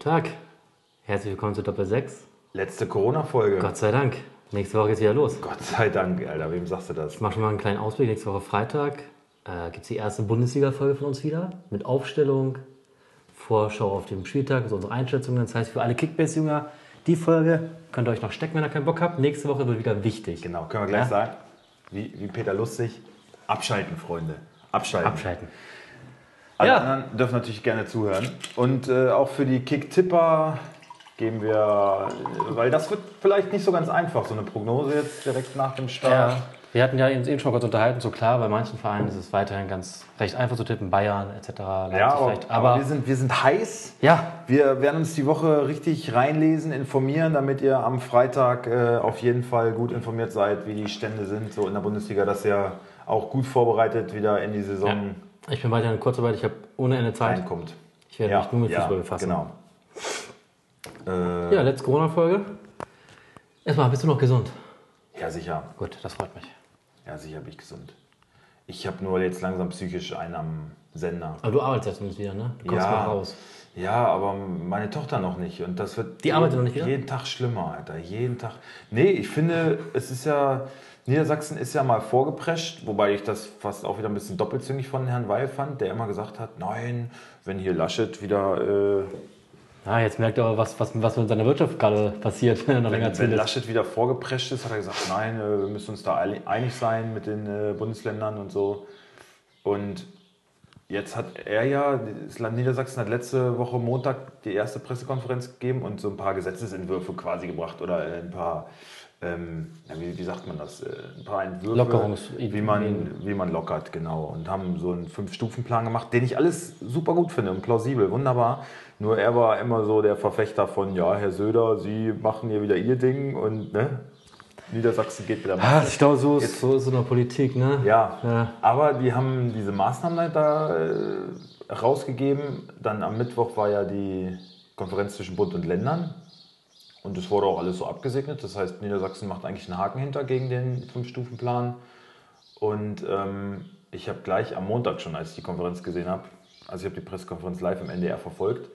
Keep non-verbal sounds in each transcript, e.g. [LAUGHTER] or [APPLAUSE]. Tag. Herzlich willkommen zu Doppel 6. Letzte Corona-Folge. Gott sei Dank. Nächste Woche geht's wieder los. Gott sei Dank, Alter, wem sagst du das? Ich mache schon mal einen kleinen Ausblick. Nächste Woche Freitag äh, gibt es die erste Bundesliga-Folge von uns wieder mit Aufstellung, Vorschau auf den Spieltag, also unsere Einschätzungen. Das heißt, für alle Kickbase-Jünger, die Folge könnt ihr euch noch stecken, wenn ihr keinen Bock habt. Nächste Woche wird wieder wichtig. Genau, können wir gleich Ja. sagen. Wie, wie Peter Lustig. Abschalten, Freunde. Abschalten. Abschalten. Alle Ja. anderen dürfen natürlich gerne zuhören. Und äh, auch für die Kick-Tipper geben wir, äh, weil das wird vielleicht nicht so ganz einfach, so eine Prognose jetzt direkt nach dem Start. Ja. Wir hatten ja uns eben schon mal kurz unterhalten, so klar, bei manchen Vereinen ist es weiterhin ganz recht einfach zu tippen, Bayern etc. Leipzig Ja, aber, vielleicht. aber Aber, wir, sind, wir sind heiß. ja, Wir werden uns die Woche richtig reinlesen, informieren, damit ihr am Freitag äh, auf jeden Fall gut informiert seid, wie die Stände sind, so in der Bundesliga, dass ihr auch gut vorbereitet wieder in die Saison ich bin weiterhin in Kurzarbeit, ich habe ohne Ende Zeit. reinkommt. Ich werde mich nur mit Fußball befassen. Genau. Äh, Ja, letzte Corona-Folge. Erstmal, bist du noch gesund? ja, sicher. Gut, das freut mich. Ja, sicher bin ich gesund. Ich habe nur jetzt langsam psychisch einen am Sender. Aber du arbeitest ja zumindest wieder, ne? Du kommst Ja. mal raus. Ja, aber meine Tochter noch nicht. Und das wird Die je- arbeitet noch nicht wieder? jeden Tag schlimmer, Alter. Jeden Tag. Nee, ich finde, es ist ja. Niedersachsen ist ja mal vorgeprescht, wobei ich das fast auch wieder ein bisschen doppelzüngig von Herrn Weil fand, der immer gesagt hat, nein, wenn hier Laschet wieder, äh, Ah, jetzt merkt er aber, was, was, was mit seiner Wirtschaft gerade passiert, [LAUGHS] wenn er noch länger wenn, wenn zulässt. Laschet wieder vorgeprescht ist, hat er gesagt, nein, äh, wir müssen uns da eil- einig sein mit den äh, Bundesländern und so. Und jetzt hat er ja, das Land Niedersachsen hat letzte Woche Montag die erste Pressekonferenz gegeben und so ein paar Gesetzesentwürfe quasi gebracht oder ein paar, ähm, ja, wie, wie sagt man das, äh, ein paar Entwürfe, Lockerungs- wie man, wie man lockert, genau. Und haben so einen Fünf-Stufen-Plan gemacht, den ich alles super gut finde und plausibel, wunderbar. Nur er war immer so der Verfechter von, ja, Herr Söder, Sie machen hier wieder Ihr Ding und ne, Niedersachsen geht wieder Ah, ich glaube, so ist, so ist es in der Politik, ne? ja, Ja. aber die haben diese Maßnahmen halt da äh, rausgegeben. Dann am Mittwoch war ja die Konferenz zwischen Bund und Ländern. Und es wurde auch alles so abgesegnet. Das heißt, Niedersachsen macht eigentlich einen Haken hinter gegen den Fünf-Stufen-Plan. Und ähm, ich habe gleich am Montag schon, als ich die Konferenz gesehen habe, also ich habe die Pressekonferenz live im NDR verfolgt,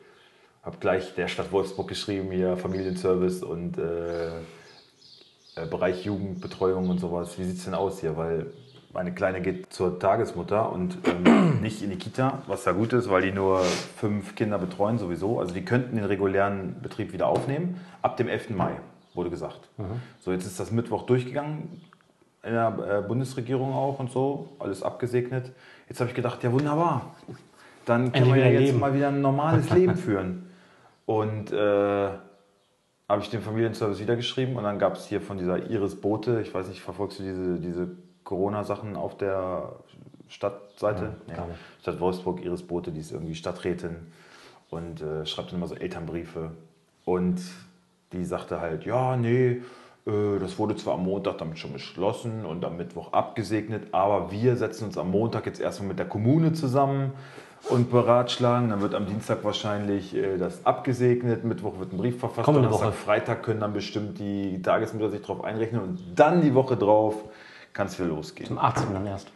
habe gleich der Stadt Wolfsburg geschrieben, hier Familienservice und äh, äh, Bereich Jugendbetreuung und sowas. Wie sieht es denn aus hier? Weil meine Kleine geht zur Tagesmutter und [CLEARS THROAT] ähm, nicht in die Kita, was ja gut ist, weil die nur fünf Kinder betreuen sowieso. Also die könnten den regulären Betrieb wieder aufnehmen. Ab dem 11. Mai wurde gesagt. Mhm. So, jetzt ist das Mittwoch durchgegangen in der äh, Bundesregierung auch und so, alles abgesegnet. Jetzt habe ich gedacht, ja wunderbar, dann können Endlich wir ja wieder jetzt leben. mal wieder ein [LAUGHS] normales Leben führen. Und äh, habe ich den Familienservice wieder geschrieben und dann gab es hier von dieser Iris Bote, ich weiß nicht, verfolgst du diese, diese Corona-Sachen auf der Stadtseite? Ja, Ja, gar nicht. Stadt Wolfsburg, Iris Bote, die ist irgendwie Stadträtin und äh, schreibt dann immer so Elternbriefe. Und die sagte halt, ja, nee, äh, das wurde zwar am Montag damit schon beschlossen und am Mittwoch abgesegnet, aber wir setzen uns am Montag jetzt erstmal mit der Kommune zusammen und beratschlagen. Dann wird am Dienstag wahrscheinlich äh, das abgesegnet, Mittwoch wird ein Brief verfasst, Kommende Donnerstag, Woche. Freitag können dann bestimmt die Tagesmütter sich drauf einrechnen und dann die Woche drauf kann es wieder losgehen. Am 18. dann erst.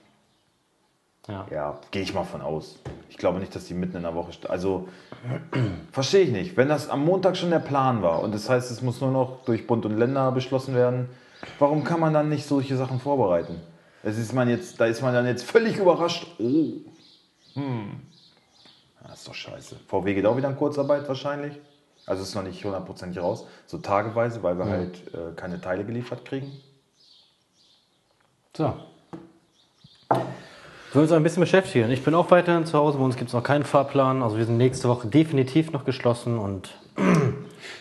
Ja. Ja, gehe ich mal von aus. Ich glaube nicht, dass die mitten in der Woche. sta- Also, [CLEARS THROAT] verstehe ich nicht. Wenn das am Montag schon der Plan war und das heißt, es muss nur noch durch Bund und Länder beschlossen werden, warum kann man dann nicht solche Sachen vorbereiten? Das ist man jetzt, da ist man dann jetzt völlig überrascht. Oh. Hm. Das ist doch scheiße. VW geht auch wieder in Kurzarbeit wahrscheinlich. Also ist noch nicht hundertprozentig raus. So tageweise, weil wir halt äh, keine Teile geliefert kriegen. So. Wir wollen uns ein bisschen beschäftigen. Ich bin auch weiterhin zu Hause, bei uns gibt es noch keinen Fahrplan. Also wir sind nächste Woche definitiv noch geschlossen und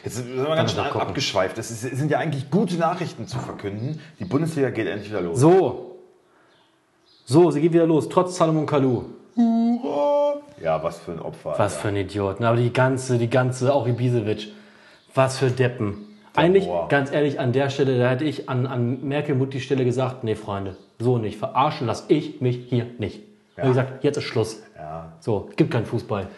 Jetzt sind wir ganz mal schnell gucken. abgeschweift. Es ist- es sind ja eigentlich gute Nachrichten zu verkünden. Die Bundesliga geht endlich wieder los. so. So, sie geht wieder los, trotz Salomon Kalou. Ja, was für ein Opfer. Was Alter. für ein Idioten. Aber die ganze, die ganze, auch Ibisevic. Was für Deppen. Eigentlich, Moor. ganz ehrlich, an der Stelle, da hätte ich an, an Merkel Mutti Stelle gesagt, nee, Freunde, so nicht. Verarschen lasse ich mich hier nicht. Ja. Wie gesagt, jetzt ist Schluss. Ja. So, gibt keinen Fußball.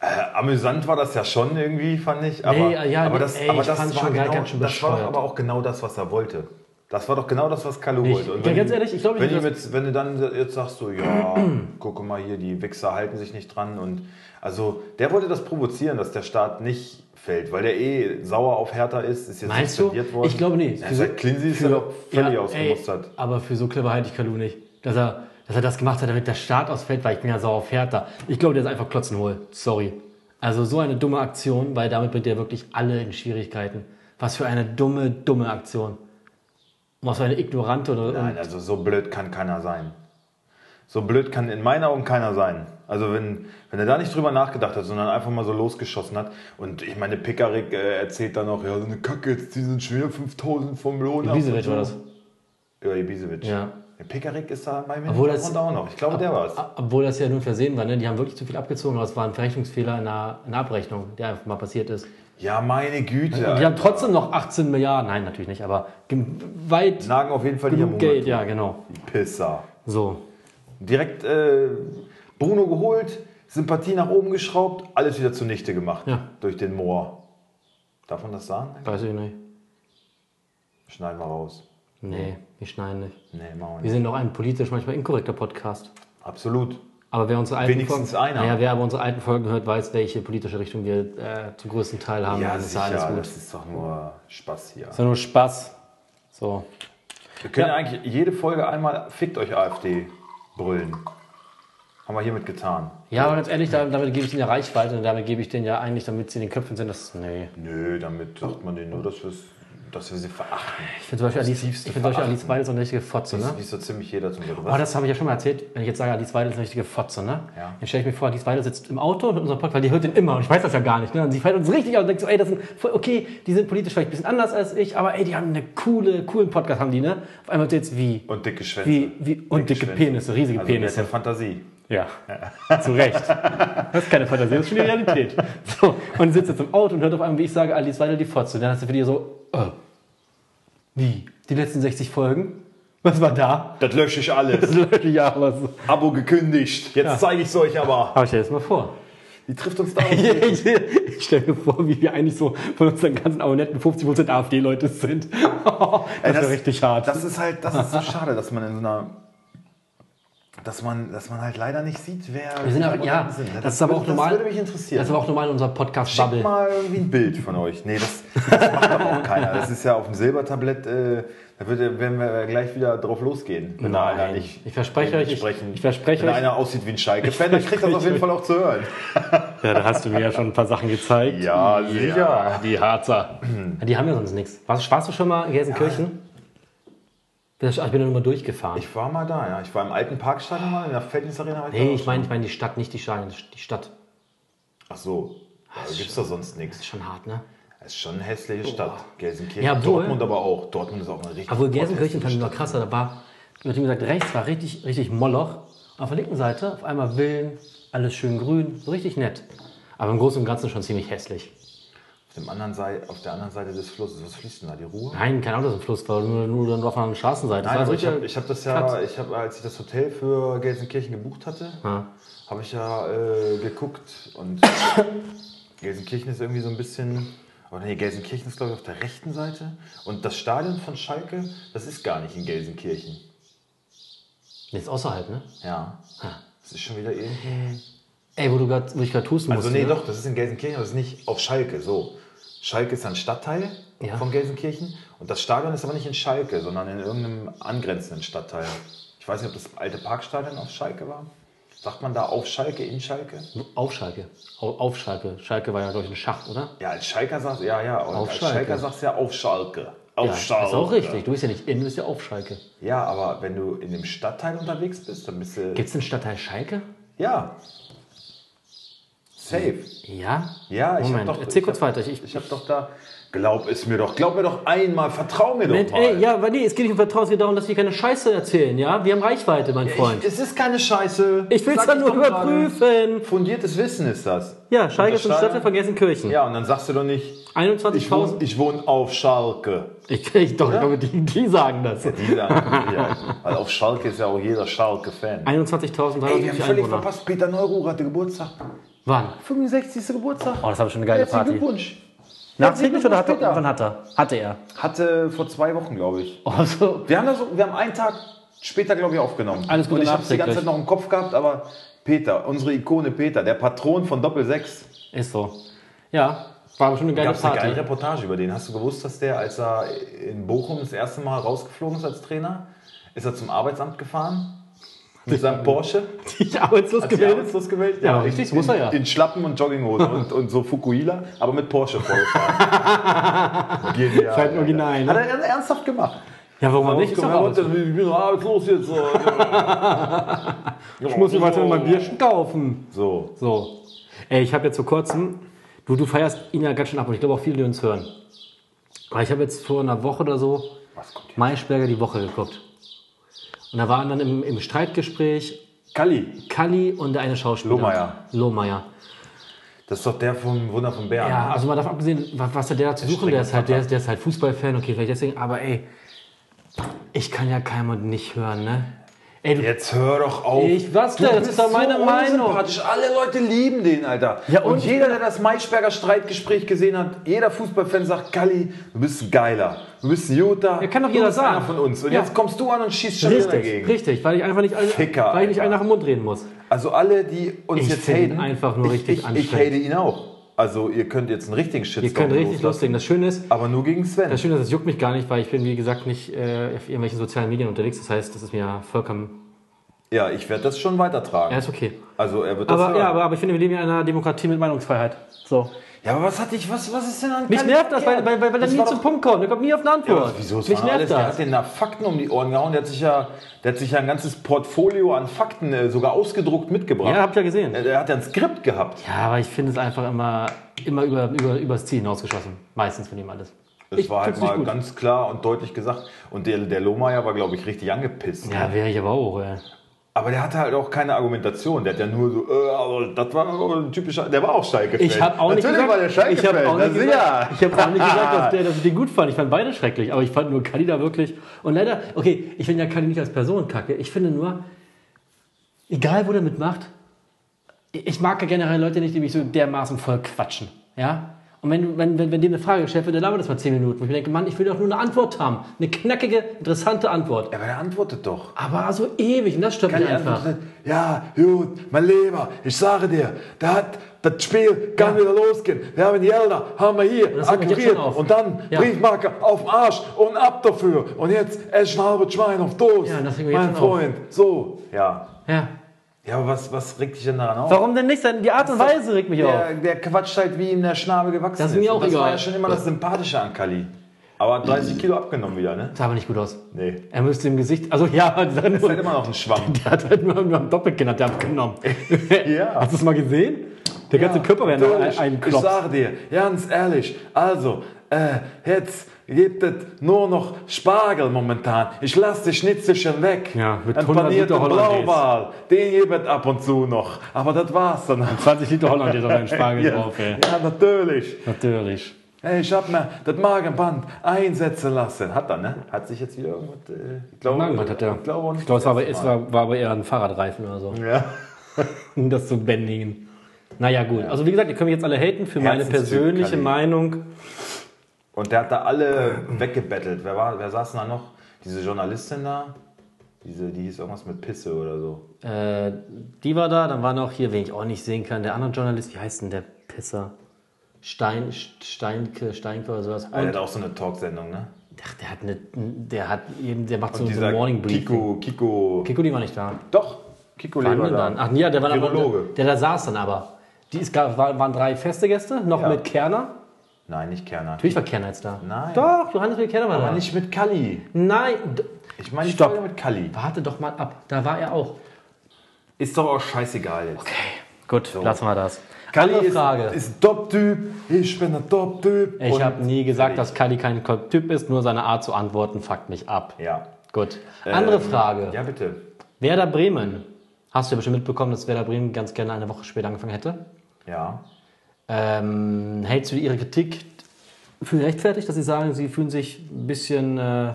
Äh, amüsant war das ja schon irgendwie, fand ich. Aber, Nee, ja, aber nee, das, ey, aber ich das fand's war schon gar- genau, ganz schön das war doch bescheuert. aber auch genau das, was er wollte. Das war doch genau das, was Kalu Ich- wollte. Und ja, wenn ganz du- ehrlich, ich glaub, ich wenn, würd ihm jetzt, wenn du dann jetzt sagst, so, ja, [CLEARS THROAT] guck mal hier, die Wichser halten sich nicht dran. Und also, der wollte das provozieren, dass der Staat nicht fällt, weil der eh sauer auf Hertha ist, ist jetzt Meinst du? suspendiert worden. Ich glaube nicht. Ja, seit Klinsi ist für- er doch völlig ja, ausgemustert. ey, Aber für so clever halte ich Kalu nicht. Dass er, dass er das gemacht hat, damit der Start ausfällt, weil ich bin ja sauer auf Hertha. Ich glaube, der ist einfach klotzen hohl. Sorry. Also so eine dumme Aktion, weil damit bringt er wirklich alle in Schwierigkeiten. Was für eine dumme, dumme Aktion. Und was für eine ignorante oder. Nein, also so blöd kann keiner sein. So blöd kann in meinen Augen keiner sein. Also wenn, wenn er da nicht drüber nachgedacht hat, sondern einfach mal so losgeschossen hat. Und ich meine, Pickarick äh, erzählt dann auch, ja, so eine Kacke, jetzt, die sind schon wieder 5000 vom Lohn. ab. Ibisevic war das. Ja, Ibisevic. Ja. Der Pickarick ist da bei mir Obwohl Hintergrund das- auch noch. Ich glaube, der war es. Ob- Obwohl das ja nur ein Versehen war, ne? Die haben wirklich zu viel abgezogen, aber es war ein Verrechnungsfehler in der, in der Abrechnung, der einfach mal passiert ist. Ja, meine Güte. Und die haben Alter. trotzdem noch 18 Milliarden, nein, natürlich nicht, aber gem- weit Nagen auf jeden Fall die genug am Geld, ja, genau. Hunger. Pisser. So. Direkt äh, Bruno geholt, Sympathie nach oben geschraubt, alles wieder zunichte gemacht. Ja. Durch den Moor. Darf man das sagen? Weiß ich nicht. Schneiden wir raus. Nee, wir schneiden nicht. Nee, machen wir Wir nicht. sind auch ein politisch manchmal inkorrekter Podcast. Absolut. Aber wer unsere alten Wenigstens Folgen, einer. Naja, wer aber unsere alten Folgen hört, weiß, welche politische Richtung wir äh, zum größten Teil haben. Ja, Dann sicher, ja alles das ist doch nur Spaß hier. Das ist ja nur Spaß. So. Wir können ja. eigentlich jede Folge einmal Fickt euch AfD brüllen. Haben wir hiermit getan. Ja, aber ganz ehrlich, damit, damit gebe ich denen ja Reichweite und damit gebe ich denen ja eigentlich, damit sie in den Köpfen sind, das. Nee. Nö, damit sagt man denen nur, dass, wir's- dass wir sie verachten. Ich finde zum Beispiel Alice, ich tiefste find zum Beispiel Alice Verachten. Weidel so eine richtige Fotze, Das ne? ist wie so ziemlich jeder zum Glück. Oh, das habe ich ja schon mal erzählt, wenn ich jetzt sage, Alice Weidel ist eine richtige Fotze, ne? Ja. Dann stelle ich mir vor, Alice Weidel sitzt im Auto und hört unseren Podcast, weil die hört den immer und ich weiß das ja gar nicht. Ne? Und sie fällt uns richtig auf und denkt so, ey, das sind, voll- okay, die sind politisch vielleicht ein bisschen anders als ich, aber ey, die haben eine coole, coolen Podcast, haben die, ne? Auf einmal jetzt wie, Und dicke Schwänze. wie, wie, und dicke Schwänze. Penisse, riesige Also der hat ja Penisse. Fantasie. Ja, zu Recht. Das ist keine Fantasie, das ist schon die Realität. So, und sitzt jetzt im Auto und hört auf einmal, wie ich sage, Alice Weidel die Fotze. Und dann hast du für dich so, äh, wie? Die letzten 60 Folgen? Was war da? Das lösche ich alles. Das lösche ich alles. Abo gekündigt. Jetzt zeige ich es euch aber. Aber stell dir das mal vor. Die trifft uns da [LAUGHS] Ich, auch. ich, [LAUGHS] ich stelle mir vor, wie wir eigentlich so von unseren ganzen Abonnenten 50% AfD-Leute sind. [LAUGHS] das das- ist richtig hart. Das ist halt, das ist [LAUGHS] so schade, dass man in so einer. Dass man, dass man halt leider nicht sieht, wer. wir sind die aber, ja, Abonnenten sind. das, ist aber auch würde, normal. Das würde mich interessieren. Das ist aber auch normal in unserer Schickt Podcast-Bubble. mal irgendwie ein Bild von euch. Nee, das, das macht aber auch keiner. Das ist ja auf dem Silbertablett, äh, da wird, der- werden wir gleich wieder drauf losgehen. Wenn da Nein. einer nicht Ich verspreche euch, ich- sprechen, ich verspreche wenn euch- einer aussieht wie ein Schalke-Fan, dann kriegt das auf jeden Fall auch zu hören. Ja, da hast du mir ja schon ein paar Sachen gezeigt. Ja, sicher. die Harzer. Die haben ja sonst nichts. Warst, warst du schon mal in Gelsenkirchen? Ich bin da nur mal durchgefahren. Ich war mal da, ja. Ich war im alten Parkstadion mal, in der Feldnis Arena. war da nee, auch ich schon. meine ich mein die Stadt, nicht die Stadion, die Stadt. Ach so, da gibt's doch sonst nichts. Ist schon hart, ne? Das ist schon eine hässliche Stadt. Gelsenkirchen. Ja, obwohl- Dortmund aber auch. Dortmund ist auch eine richtig. Obwohl Gelsenkirchen fand hässliche ich noch krasser. Da war, wird ihm gesagt, rechts war richtig, richtig Moloch. Auf der linken Seite auf einmal Villen, alles schön grün, so richtig nett. Aber im Großen und Ganzen schon ziemlich hässlich. Stadt. Auf, dem anderen Seite, auf der anderen Seite des Flusses. Was fließt denn da? Die Ruhr? Nein, kein Auto im Fluss, war nur, nur nur auf einer Straßenseite. Nein, war aber ich solche- habe ich hab das ja, ich hab, als ich das Hotel für Gelsenkirchen gebucht hatte, Ja. habe ich ja äh, geguckt und Gelsenkirchen ist irgendwie so ein bisschen, aber nee, Gelsenkirchen ist glaube ich auf der rechten Seite und das Stadion von Schalke, das ist gar nicht in Gelsenkirchen. Jetzt außerhalb, ne? Ja, das ist schon wieder irgendwie. Ey, wo du grad, wo ich gerade husten Also musste, nee, ne? doch, das ist in Gelsenkirchen, aber das ist nicht auf Schalke, so. Schalke ist ein Stadtteil Ja. von Gelsenkirchen und das Stadion ist aber nicht in Schalke, sondern in irgendeinem angrenzenden Stadtteil. Ich weiß nicht, ob das alte Parkstadion auf Schalke war. Sagt man da auf Schalke, in Schalke? Auf Schalke. Au- Auf Schalke. Schalke war ja, glaube ich, ein Schacht, oder? Ja, als Schalker sagst ja, ja, und Auf als Schalke. Schalker sagst du ja auf Schalke. Auf ja, Schalke. Ist auch richtig. Du bist ja nicht in, du bist ja auf Schalke. Ja, aber wenn du in dem Stadtteil unterwegs bist, dann bist du. Gibt es den Stadtteil Schalke? ja. Safe. Ja? Ja, ich Moment, hab doch. erzähl ich kurz hab, weiter. Ich, Ich hab doch da. Glaub es mir doch. Glaub mir doch einmal. Vertrau mir Moment, doch mal. ey, ja, aber nee, es geht nicht um Vertrauen, es geht darum, dass wir keine Scheiße erzählen, ja? Wir haben Reichweite, mein Freund. Ich, es ist keine Scheiße. Ich, will es Sag dann nur doch gerade. überprüfen. Fundiertes Wissen ist das. Ja, Schalke Und ist ein das Stadtteil von Gelsenkirchen. Ja, und dann sagst du doch nicht, ich wohne, 21.000. ich wohne auf Schalke. Ich, ich, doch, ich glaube, die, die sagen das. Die sagen, ja, weil auf Schalke ist ja auch jeder Schalke-Fan. 21.300 Ey, wir haben völlig Einwohner. verpasst. Peter Neururer hatte Geburtstag. Wann? 65. Geburtstag. Oh, das habe ich schon eine geile Herzlichen Party. Glückwunsch. Nachträglich oder hat er, Später. wann hat er? Hatte er. [LAUGHS] Hatte vor zwei Wochen, glaube ich. Also, Wir haben, das, wir haben einen Tag später, glaube ich, aufgenommen. Alles Gute Und ich habe es die ganze Zeit nachträglich. noch im Kopf gehabt, aber Peter, unsere Ikone Peter, der Patron von Doppel 6. ist so. Ja, war bestimmt eine geile Gab es eine Party. geile Reportage über den. Hast du gewusst, dass der, als er in Bochum das erste Mal rausgeflogen ist als Trainer, ist er zum Arbeitsamt gefahren? Mit seinem Porsche? [LAUGHS] Ich arbeitslos Hat sich gewesen. arbeitslos gewählt? Ja, richtig, in, muss er ja. In Schlappen und [LAUGHS] Jogginghosen und, und so Fukuhila, aber mit Porsche vorgefahren. [LAUGHS] Genial. Fällt mir original, Alter. ne? Hat er ernsthaft gemacht. Ja, warum auch Aber nicht? ich, Ist doch arbeitslos. bin arbeitslos jetzt. [LAUGHS] Ich muss mir weiterhin mein Bierchen kaufen. So, So. Ey, ich habe jetzt vor kurzem, du, du feierst ihn ja ganz schön ab und ich glaube auch viele, die uns hören. Aber ich habe jetzt vor einer Woche oder so was kommt hier? Maischberger die Woche geguckt. Und da waren dann im, im Streitgespräch Kalli, Kalli und der eine Schauspieler. Lohmeier. Lohmeier. das ist doch der vom Wunder von Bern. Ja, also mal davon abgesehen, wa- was hat der da zu suchen? Der ist, halt, der, ist, der ist halt Fußballfan, okay, vielleicht deswegen, aber ey, ich kann ja keinem nicht hören, ne? Ey, du, Jetzt hör doch auf. Ich- was denn? Das bist ist doch meine Meinung. unsympathisch. Alle Leute lieben den, Alter. Ja, und, und- jeder, der das Maischberger Streitgespräch gesehen hat, jeder Fußballfan sagt, Kalli, du bist ein Geiler. Du bist ein Jota. Ja, kann doch du jeder bist sagen. einer von uns. Und Ja. jetzt kommst du an und schießt schon wieder richtig, dagegen. richtig, weil ich einfach nicht, alle- Ficker, weil ich nicht Alter. einen nach dem Mund reden muss. Also alle, die uns Ich jetzt find ihn haten. einfach nur ich, ich, richtig ich anstrengend. hate ihn auch. Also ihr könnt jetzt einen richtigen Shitstorm Ihr könnt richtig loslassen. loslegen. Das Schöne ist, Aber nur gegen Sven. das Schöne ist, es juckt mich gar nicht, weil ich bin, wie gesagt, nicht äh, auf irgendwelchen sozialen Medien unterwegs. Das heißt, das ist mir vollkommen. ja, ich werde das schon weitertragen. Ja, ist okay. also er wird das Aber, hören. ja, aber, aber ich finde, wir leben ja in einer Demokratie mit Meinungsfreiheit. So. Ja, aber was hatte ich, was, was ist denn an Mich Kalli nervt das, weil, weil, weil, weil er Das nie war zum doch- Punkt kommt. Er kommt nie auf eine Antwort. Wieso es Mich waren nervt alles, der das. hat den da Fakten um die Ohren gehauen, der hat sich ja, der hat sich ja ein ganzes Portfolio an Fakten äh, sogar ausgedruckt mitgebracht. Ja, habt ihr gesehen. Äh, Der hat ja ein Skript gehabt. Ja, aber ich finde es einfach immer, immer über, über, übers Ziel hinausgeschossen. Meistens von ihm alles. Das Ich war halt find's nicht mal gut. ganz klar und deutlich gesagt. Und der, der Lohmeier war, glaube ich, richtig angepisst. Ja, wäre ich aber auch, ey. Aber der hatte halt auch keine Argumentation. Der hat ja nur so, äh, also, das war ein typischer, der war auch Schalke. Ich habe auch nicht Natürlich gesagt, war der Schalke. ich habe auch, nicht gesagt- ich hab auch nicht gesagt, [LAUGHS] dass, der. der, dass ich den gut fand. Ich fand beide schrecklich, aber ich fand nur Kali da wirklich. Und leider, okay, ich finde ja Kali nicht als Person kacke. Ich finde nur, egal wo der mitmacht, ich ich mag ja generell Leute nicht, die mich so dermaßen voll quatschen. Ja? Und wenn, wenn, wenn, wenn dir eine Frage gestellt wird, dann labert das mal 10 Minuten. Und ich mir denke, Mann, ich will doch nur eine Antwort haben. Eine knackige, interessante Antwort. Aber der antwortet doch. Aber so ewig, und das stört mich Kann einfach. einfach. Ja, gut, mein Lieber, ich sage dir, da hat das Spiel kann wieder losgehen. Wir haben Jelda, haben wir hier das hört mich jetzt akquiriert schon auf. und dann Ja. Briefmarke auf den Arsch und ab dafür. Und jetzt essen halbe Schwein auf Durst, Ja, das hört mich jetzt mein schon auf. Freund. So, ja. Ja. Ja, aber was, was regt dich denn daran auf? Warum denn nicht? Die Art und Weise regt mich auf. Der, der quatscht halt, wie ihm der Schnabel gewachsen Das ist ist. mir Und auch das war egal. ja schon immer das Sympathische an Kali. Aber hat 30 Kilo abgenommen wieder, ne? Sah aber nicht gut aus. Nee. Er müsste im Gesicht, also ja, [LAUGHS] dann, Ist halt immer noch ein Schwamm. der hat halt nur, nur am Doppelkinn hat der abgenommen. [LAUGHS] Ja. Hast du es mal gesehen? Der ganze Körper wäre nur ein, natürlich. ein Ich Klops. sage dir, ganz ehrlich, also, äh, jetzt gibt es nur noch Spargel momentan. Ich lasse die Schnitzel schon weg. Ja, mit Ein 100 Liter panierten Hollandaise. Blauwal, den gibt ab und zu noch. Aber das war's dann. 20 Liter Holland jetzt auf einen Spargel drauf, [LAUGHS] ey. ja, natürlich. Natürlich. Hey, ich hab mir das Magenband einsetzen lassen. Hat er, ne? Hat sich jetzt wieder irgendwas... Äh, ich glaube, Magenband hat er. Ich glaube, auch nicht Ich glaube, es war, aber, das es erste war, war aber eher ein Fahrradreifen oder so, Mal. Ja. um das zu bändigen. Naja, gut. Also wie gesagt, ihr könnt mich jetzt alle haten für meine Herzenstyp, persönliche Kalli. Meinung. Und der hat da alle weggebettelt. Wer, war, wer saß denn da noch? Diese Journalistin da? Diese, die hieß irgendwas mit Pisse oder so. Äh, die war da, dann war noch hier, wen ich auch nicht sehen kann, der andere Journalist, wie heißt denn der Pisser? Stein, Steinke, Steinke oder sowas. Ah, der Und hat auch so eine Talksendung, ne? Ach, der hat eine, der hat eben, der macht so, so Dieser ein Morning Brief. Kiko. Kiko, Kiko. Kiko, die war nicht da. Doch, Kiko Wann Leber denn da. dann? Ach ja, der war Virologe. aber, der da saß dann aber. Die es gab, waren, waren drei feste Gäste, noch Ja. mit Kerner. Nein, nicht Kerner. Natürlich war Kerner jetzt da. Nein. Doch, Johannes mit Kerner war Aber da. nicht mit Kalli. Nein, d- Ich meine, ich Stopp. Stopp. mit Kalli. warte doch mal ab. Da war er auch. Ist doch auch scheißegal jetzt. Okay, gut, lassen wir das. Kalli Andere ist, Frage. ist Top-Typ. Ich bin ein Top-Typ. ich Und- habe nie gesagt, dass Kali kein Typ ist, nur seine Art zu antworten fuckt mich ab. Ja. Gut. Andere Ähm, Frage. Ja, bitte. Werder Bremen. Hast du ja bestimmt mitbekommen, dass Werder Bremen ganz gerne eine Woche später angefangen hätte? Ja. Ähm, hältst du ihre Kritik für rechtfertigt, dass sie sagen, sie fühlen sich ein bisschen äh,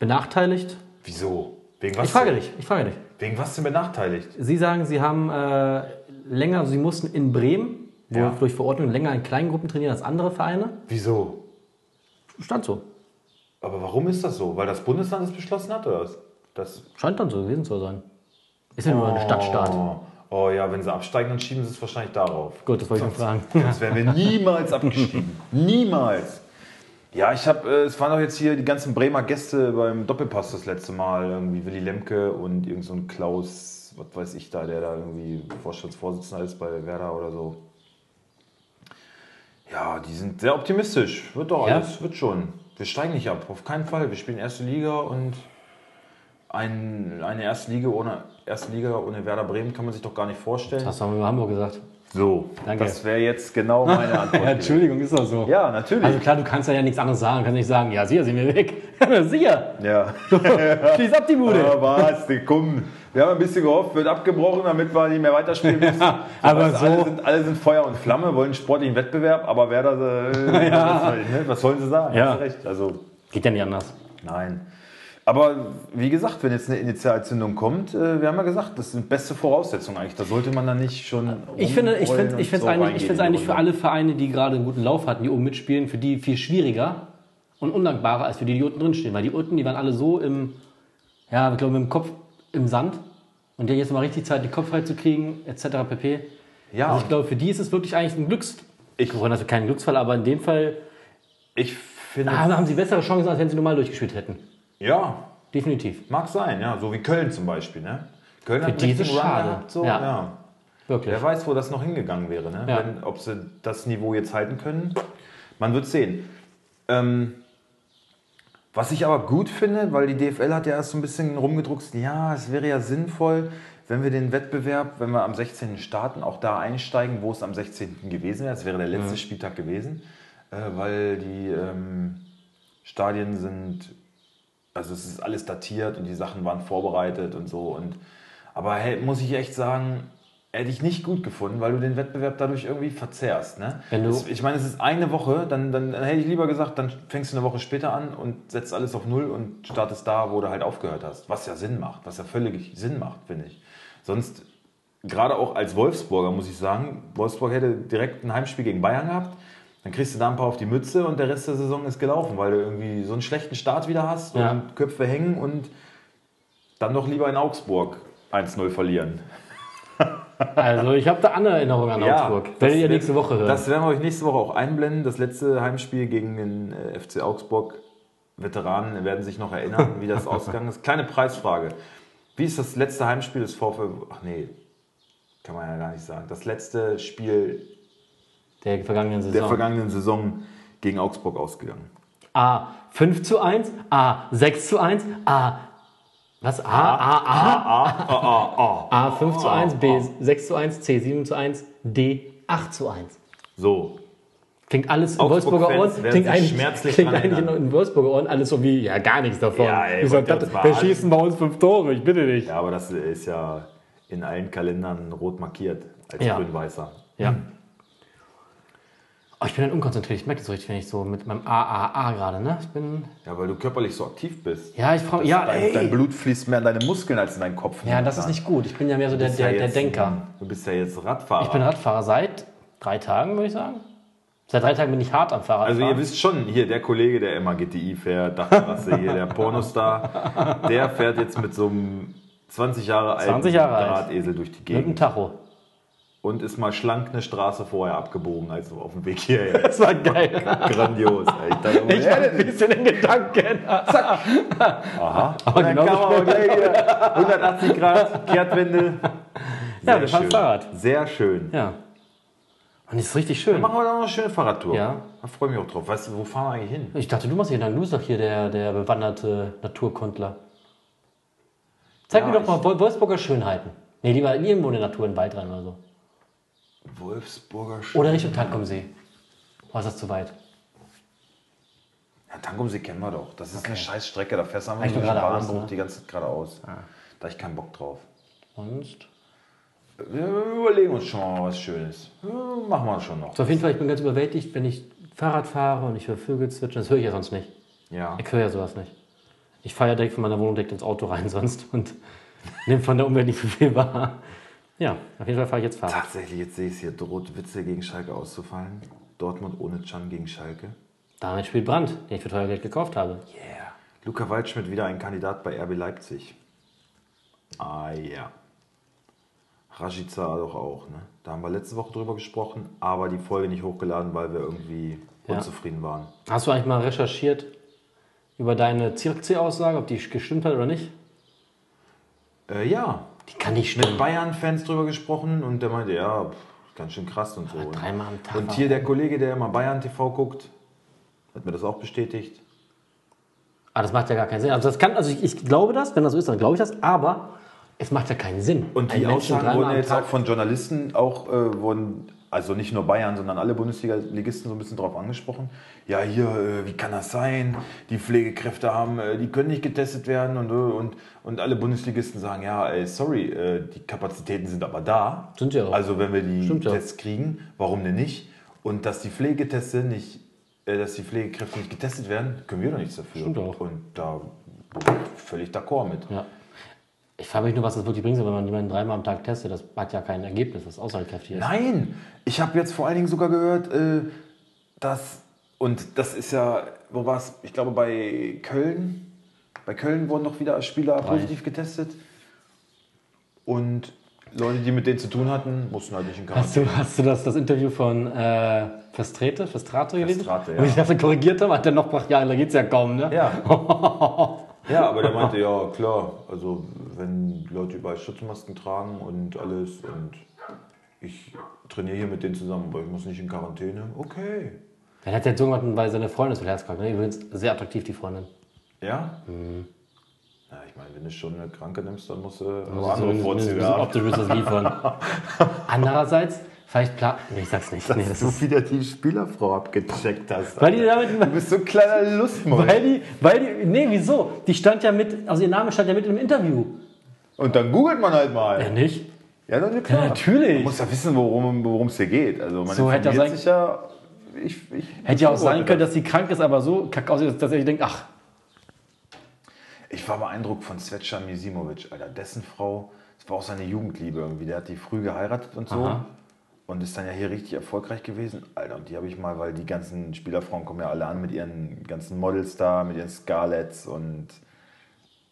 benachteiligt? Wieso? Wegen was? Ich frage denn? dich, ich frage dich. Wegen was denn benachteiligt? Sie sagen, sie haben äh, länger, also sie mussten in Bremen wo Ja. durch Verordnung länger in kleinen Gruppen trainieren als andere Vereine. Wieso? Stand so. Aber warum ist das so? Weil das Bundesland es beschlossen hat, oder was? Das Scheint dann so gewesen zu sein. Ist ja nur ein Stadtstaat. Oh, oh ja, wenn sie absteigen, dann schieben sie es wahrscheinlich darauf. Gut, das wollte ich noch fragen. Sonst wären [LAUGHS] wir niemals abgestiegen. Niemals. Ja, ich habe, äh, es waren doch jetzt hier die ganzen Bremer Gäste beim Doppelpass das letzte Mal. Irgendwie Willi Lemke und irgend so ein Klaus, was weiß ich da, der da irgendwie Vorstandsvorsitzender ist bei Werder oder so. Ja, die sind sehr optimistisch. Wird doch Ja? alles, wird schon. Wir steigen nicht ab, auf keinen Fall. Wir spielen erste Liga und ein, eine erste Liga, ohne, erste Liga ohne Werder Bremen kann man sich doch gar nicht vorstellen. Das haben wir über Hamburg gesagt. So, Danke. das wäre jetzt genau meine Antwort. [LAUGHS] Ja, gewesen. Entschuldigung, ist doch so. ja, natürlich. Also klar, du kannst da ja nichts anderes sagen. Du kannst nicht sagen, ja, sicher sind wir weg. [LAUGHS] sicher. ja. [LAUGHS] Schließ ab die Bude. Aber was, die- komm. Wir haben ein bisschen gehofft, wird abgebrochen, damit wir nicht mehr weiterspielen müssen. Ja, aber weißt du, alle, so- sind, alle sind Feuer und Flamme, wollen einen sportlichen Wettbewerb, aber Werder, [LAUGHS] äh, was, soll, ne? was sollen sie sagen? Ja. Hast recht. Also, Geht ja nicht anders. nein. Aber wie gesagt, wenn jetzt eine Initialzündung kommt, äh, wir haben ja gesagt, das sind beste Voraussetzungen eigentlich. Da sollte man dann nicht schon. Ich finde es ich rumrollen find, ich und find's so eigentlich, ich reingehen find's in die eigentlich für Runde. alle Vereine, die gerade einen guten Lauf hatten, die oben mitspielen, für die viel schwieriger und undankbarer als für die, die unten drin stehen. Weil die unten, die waren alle so im, ja, ich glaube, mit dem Kopf im Sand. Und der jetzt mal richtig Zeit, den Kopf frei zu kriegen, etc. pp. Ja, Also ich glaube, für die ist es wirklich eigentlich ein Glücks. Ich hoffe, dass wir keinen Glücksfall, aber in dem Fall ich finde. ah, haben sie bessere Chancen, als wenn sie normal durchgespielt hätten. Ja, Definitiv. Mag sein, ja. So wie Köln zum Beispiel, ne? Köln Für die ist es richtigen Run schade. gehabt, So, ja. Ja. Wirklich. Wer weiß, wo das noch hingegangen wäre, ne? Ja. Wenn, ob sie das Niveau jetzt halten können. Man wird sehen. Ähm, was ich aber gut finde, weil die DFL hat ja erst so ein bisschen rumgedruckst, ja, es wäre ja sinnvoll, wenn wir den Wettbewerb, wenn wir am 16. starten, auch da einsteigen, wo es am 16. gewesen wäre. Das wäre der letzte Spieltag gewesen, äh, weil die ähm, Stadien sind also es ist alles datiert und die Sachen waren vorbereitet und so. Und, aber hey, muss ich echt sagen, hätte ich nicht gut gefunden, weil du den Wettbewerb dadurch irgendwie verzerrst. Ne? Wenn du- das, ich meine, es ist eine Woche, dann, dann, dann hätte ich lieber gesagt, dann fängst du eine Woche später an und setzt alles auf Null und startest da, wo du halt aufgehört hast. Was ja Sinn macht, was ja völlig Sinn macht, finde ich. Sonst, gerade auch als Wolfsburger, muss ich sagen, Wolfsburg hätte direkt ein Heimspiel gegen Bayern gehabt. Dann kriegst du da ein paar auf die Mütze und der Rest der Saison ist gelaufen, weil du irgendwie so einen schlechten Start wieder hast Ja. und Köpfe hängen und dann doch lieber in Augsburg 1-0 verlieren. Also ich habe da andere Erinnerungen an Augsburg. Werdet ihr wär- nächste Woche hören. Das werden wir euch nächste Woche auch einblenden. Das letzte Heimspiel gegen den äh, FC Augsburg. Veteranen werden sich noch erinnern, wie [LAUGHS] das ausgegangen ist. Kleine Preisfrage. Wie ist das letzte Heimspiel des VfL? Ach nee, kann man ja gar nicht sagen. Das letzte Spiel der vergangenen Saison. der vergangenen Saison gegen Augsburg ausgegangen. A 5 zu 1, A 6 zu 1, A was? A, A, A, Ah, A 5 zu 1, B Oh. 6 zu 1, C 7 zu 1, D 8 zu 1. So, Klingt alles in Augsburg-Fans Wolfsburger Ohren, werden klingt sich eigentlich, schmerzlich klingt dran eigentlich in, erinnern. in Wolfsburger Ohren alles so wie, ja gar nichts davon. Ja, ey, Wie soll wollt ihr das, uns wir verarschen? schießen bei uns fünf Tore, ich bitte dich. ja, aber das ist ja in allen Kalendern rot markiert als Ja. grün-weißer. Ja. Oh, ich bin halt unkonzentriert, ich merke das so richtig, wenn ich so mit meinem A, A, A gerade, ne? Ich bin, Ja, weil du körperlich so aktiv bist. ja, ich frage, ja, dein, ey. dein Blut fließt mehr an deine Muskeln als in deinen Kopf. ja, das ist nicht gut, ich bin ja mehr so der, Du bist ja der, der jetzt- Denker. Du bist ja jetzt Radfahrer. Ich bin Radfahrer seit drei Tagen, würde ich sagen. Seit drei Tagen bin ich hart am Fahrrad. also ihr wisst schon, hier der Kollege, der immer GTI fährt, Dachterrasse hier, der [LAUGHS] Pornostar, der fährt jetzt mit so einem 20 Jahre alten 20 Jahre alt. Drahtesel durch die mit dem Gegend Tacho. und ist mal schlank eine Straße vorher abgebogen, als auf dem Weg hierher. Das war geil. [LAUGHS] Grandios. Ey. Ich dachte, immer, [LAUGHS] Ich ja, war ein bisschen in Gedanken. aha. Und dann genau kam so aber gleich [LAUGHS] wieder 180 Grad, Kehrtwende. Ja, Sehr wir fahren schön. Fahrrad. Sehr schön. Ja. Und das ist richtig schön. Machen wir dann noch eine schöne Fahrradtour. Ja. Da freue ich mich auch drauf. Weißt du, wo fahren wir eigentlich hin? Ich dachte, du machst hier dann. Du bist doch hier der, der bewanderte Naturkundler. Zeig Ja, mir doch mal Wol- Wolfsburger Schönheiten. Nee, lieber irgendwo in der Natur, in den Wald rein oder so. Wolfsburger Schule. Oder Richtung Tankomsee. Oh, ist das zu weit? Ja, Tankumsee kennen wir doch. Das ist eine scheiß Strecke. Da fährst du einfach Eigentlich nur durch nur den geradeaus, Bahnhof ne? die ganze Zeit geradeaus. Da hab ich keinen Bock drauf. Sonst? Wir überlegen uns schon mal was Schönes. Ja, Machen wir schon noch. So, auf jeden Fall, ich bin ganz überwältigt, wenn ich Fahrrad fahre und ich höre Vögel zwitschern. Das höre ich ja sonst nicht. Ja. Ich höre ja sowas nicht. [LAUGHS] Ich fahre ja direkt von meiner Wohnung direkt ins Auto rein sonst und nehme von der Umwelt nicht so viel wahr. Ja, auf jeden Fall fahre ich jetzt Fahrrad. Tatsächlich, jetzt sehe ich es hier, droht Witzel gegen Schalke auszufallen. Dortmund ohne Can gegen Schalke. Damit spielt Brand, den ich für teuer Geld gekauft habe. Yeah. Luca Waldschmidt wieder ein Kandidat bei RB Leipzig. Ah ja. Rashica doch auch, ne? Da haben wir letzte Woche drüber gesprochen, aber die Folge nicht hochgeladen, weil wir irgendwie Ja. unzufrieden waren. Hast du eigentlich mal recherchiert über deine Zirkzee-Aussage, ob die gestimmt hat oder nicht? Äh, ja, Die kann nicht mit stimmen. Bayern-Fans drüber gesprochen und der meinte, ja, pff, ganz schön krass und so. dreimal am Tag Und hier der Kollege, der immer Bayern TV guckt, hat mir das auch bestätigt. Ah, das macht ja gar keinen Sinn. Also, das kann, also ich, ich glaube das, wenn das so ist, dann glaube ich das, aber es macht ja keinen Sinn. Und Einen die Menschen Aussagen dreimal wurden am jetzt Tag- auch von Journalisten auch, äh, wurden, also nicht nur Bayern, sondern alle Bundesliga-Ligisten so ein bisschen drauf angesprochen. Ja, hier, äh, wie kann das sein? Die Pflegekräfte haben, äh, die können nicht getestet werden und, äh, und, und alle Bundesligisten sagen, ja, ey, sorry, äh, die Kapazitäten sind aber da. Sind sie auch. Also wenn wir die Stimmt ja. Tests kriegen, warum denn nicht? Und dass die Pflegetests nicht, äh, dass die Pflegekräfte nicht getestet werden, können wir doch nichts dafür. Stimmt auch. Und da völlig d'accord mit. Ja. Ich frage mich nur, was das wirklich bringt, wenn man jemanden dreimal am Tag testet. Das hat ja kein Ergebnis, das aussagekräftig ist. Nein, ich habe jetzt vor allen Dingen sogar gehört, äh, dass, und das ist ja, wo war es? Ich glaube bei Köln. Bei Köln wurden doch wieder Spieler positiv getestet. Und Leute, die mit denen zu tun hatten, mussten halt nicht in Quarantäne. Hast du, hast du das, das Interview von äh, Festrete, Festrate gelesen? Festrate, ja. Wo ich das korrigiert habe, hat er noch gebracht, ja, da geht's ja kaum, ne? Ja. ja, aber der meinte, ja, klar, also wenn Leute überall Schutzmasken tragen und alles und ich trainiere hier mit denen zusammen, aber ich muss nicht in Quarantäne, okay. Dann hat er jetzt irgendwann bei seiner Freundin ist mit Herz gehabt, ne? Übrigens sehr attraktiv, die Freundin. Ja? Mhm. Na, ich meine, wenn du schon eine Kranke nimmst, dann musst du Also auch andere zumindest- Vorzüge zumindest haben. Optisch müssen das liefern. [LAUGHS] Andererseits, vielleicht plan... Nee, ich sag's nicht. [LAUGHS] Nee, das ist, wieder die Spielerfrau abgecheckt hast. weil die Alter. damit... Du bist so ein kleiner Lustmann. Weil die, weil die, nee, wieso? Die stand ja mit, also ihr Name stand ja mit im Interview. Und dann googelt man halt mal. nicht? Ja, dann, klar. Ja, natürlich. Man muss ja wissen, worum worum es hier geht. Also man So hätte das informiert sich ja... Ich, ich, Hätte ja auch sein können, dass sie krank ist, aber so kack aussieht, dass er sich denkt, ach, Ich war beeindruckt von Svetcha Misimovic, Alter. Dessen Frau, das war auch seine Jugendliebe irgendwie. Der hat die früh geheiratet und so. Aha. Und ist dann ja hier richtig erfolgreich gewesen. Alter, und die habe ich mal, weil die ganzen Spielerfrauen kommen ja alle an mit ihren ganzen Models da, mit ihren Scarletts und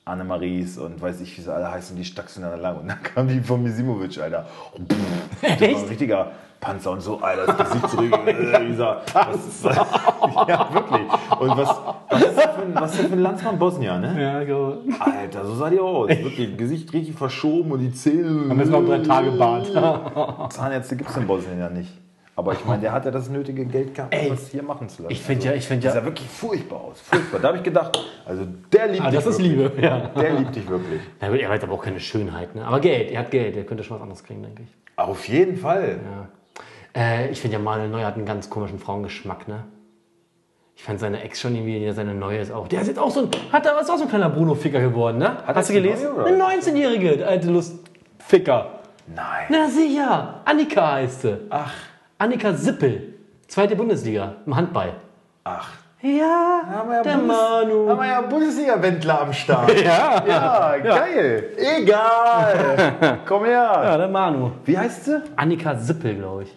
Annemaries und weiß ich, wie sie alle heißen. Die stackst du dann lang. Und dann kam die von Misimovic, Alter. Und pff, das war ein Echt? Oh richtiger Panzer und so, Alter, das Gesicht zurück. [LAUGHS] äh, dieser, was ist das? [LAUGHS] ja, wirklich. Und was, was ist das für ein, was ist das für ein Landsmann Bosnier, ne? ja, genau. Alter, so sah die aus. Wirklich, Gesicht richtig verschoben und die Zähne. Haben jetzt noch drei Tage Bad. Zahnärzte gibt es in Bosnien ja nicht. Aber ich meine, der hat ja das nötige Geld gehabt, um Ey, das hier machen zu lassen. Also, Ich finde ja, ich finde Das sah ja, wirklich furchtbar aus. Furchtbar. Da habe ich gedacht, also der liebt ah, dich. das ist wirklich. Liebe, ja. Der liebt dich wirklich. Na gut, er hat aber auch keine Schönheit, ne? Aber Geld, er hat Geld, er könnte schon was anderes kriegen, denke ich. Auf jeden Fall. Ja. Äh, ich finde ja Manuel Neuer hat einen ganz komischen Frauengeschmack, ne? Ich fand seine Ex schon irgendwie, ja, seine neue ist auch. Der ist jetzt auch so ein, hat da was auch so ein kleiner Bruno-Ficker geworden, ne? Hast du jetzt eine gelesen? neue, oder? Eine 19-Jährige, der alte Lustficker. Nein. Na sicher, Annika heißt sie. Ach, Annika Sippel, zweite Bundesliga im Handball. ach. Haben wir Ja, ja der Bundes- Manu. Haben wir ja Bundesliga-Wendler am Start. [LAUGHS] Ja. Ja, geil. [LAUGHS] Egal. Komm her. Ja, der Manu. Wie heißt sie? Annika Sippel, glaube ich.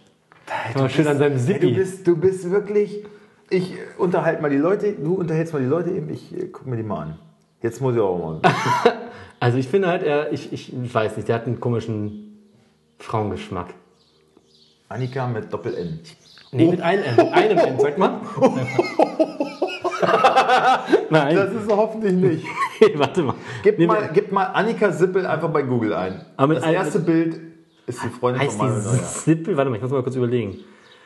Ey, Kann man schön an seinem Sippi. Ey, du, bist, du bist wirklich. Ich äh, unterhalte mal die Leute. Du unterhältst mal die Leute eben. Ich äh, guck mir die mal an. Jetzt muss ich auch mal. Also ich finde halt, er, ich, ich weiß nicht, der hat einen komischen Frauengeschmack. Annika mit Doppel-N. Nee, mit einem M, mit einem M, sagt man. [LAUGHS] Nein, ist hoffentlich nicht. [LAUGHS] nee, warte mal. Gib, Nee, mal, gib mal Annika Sippel einfach bei Google ein. Aber mit das ein- erste Bild ist die Freundin Heißt von die Manuel Neuer. Sippel? Warte mal, ich muss mal kurz überlegen.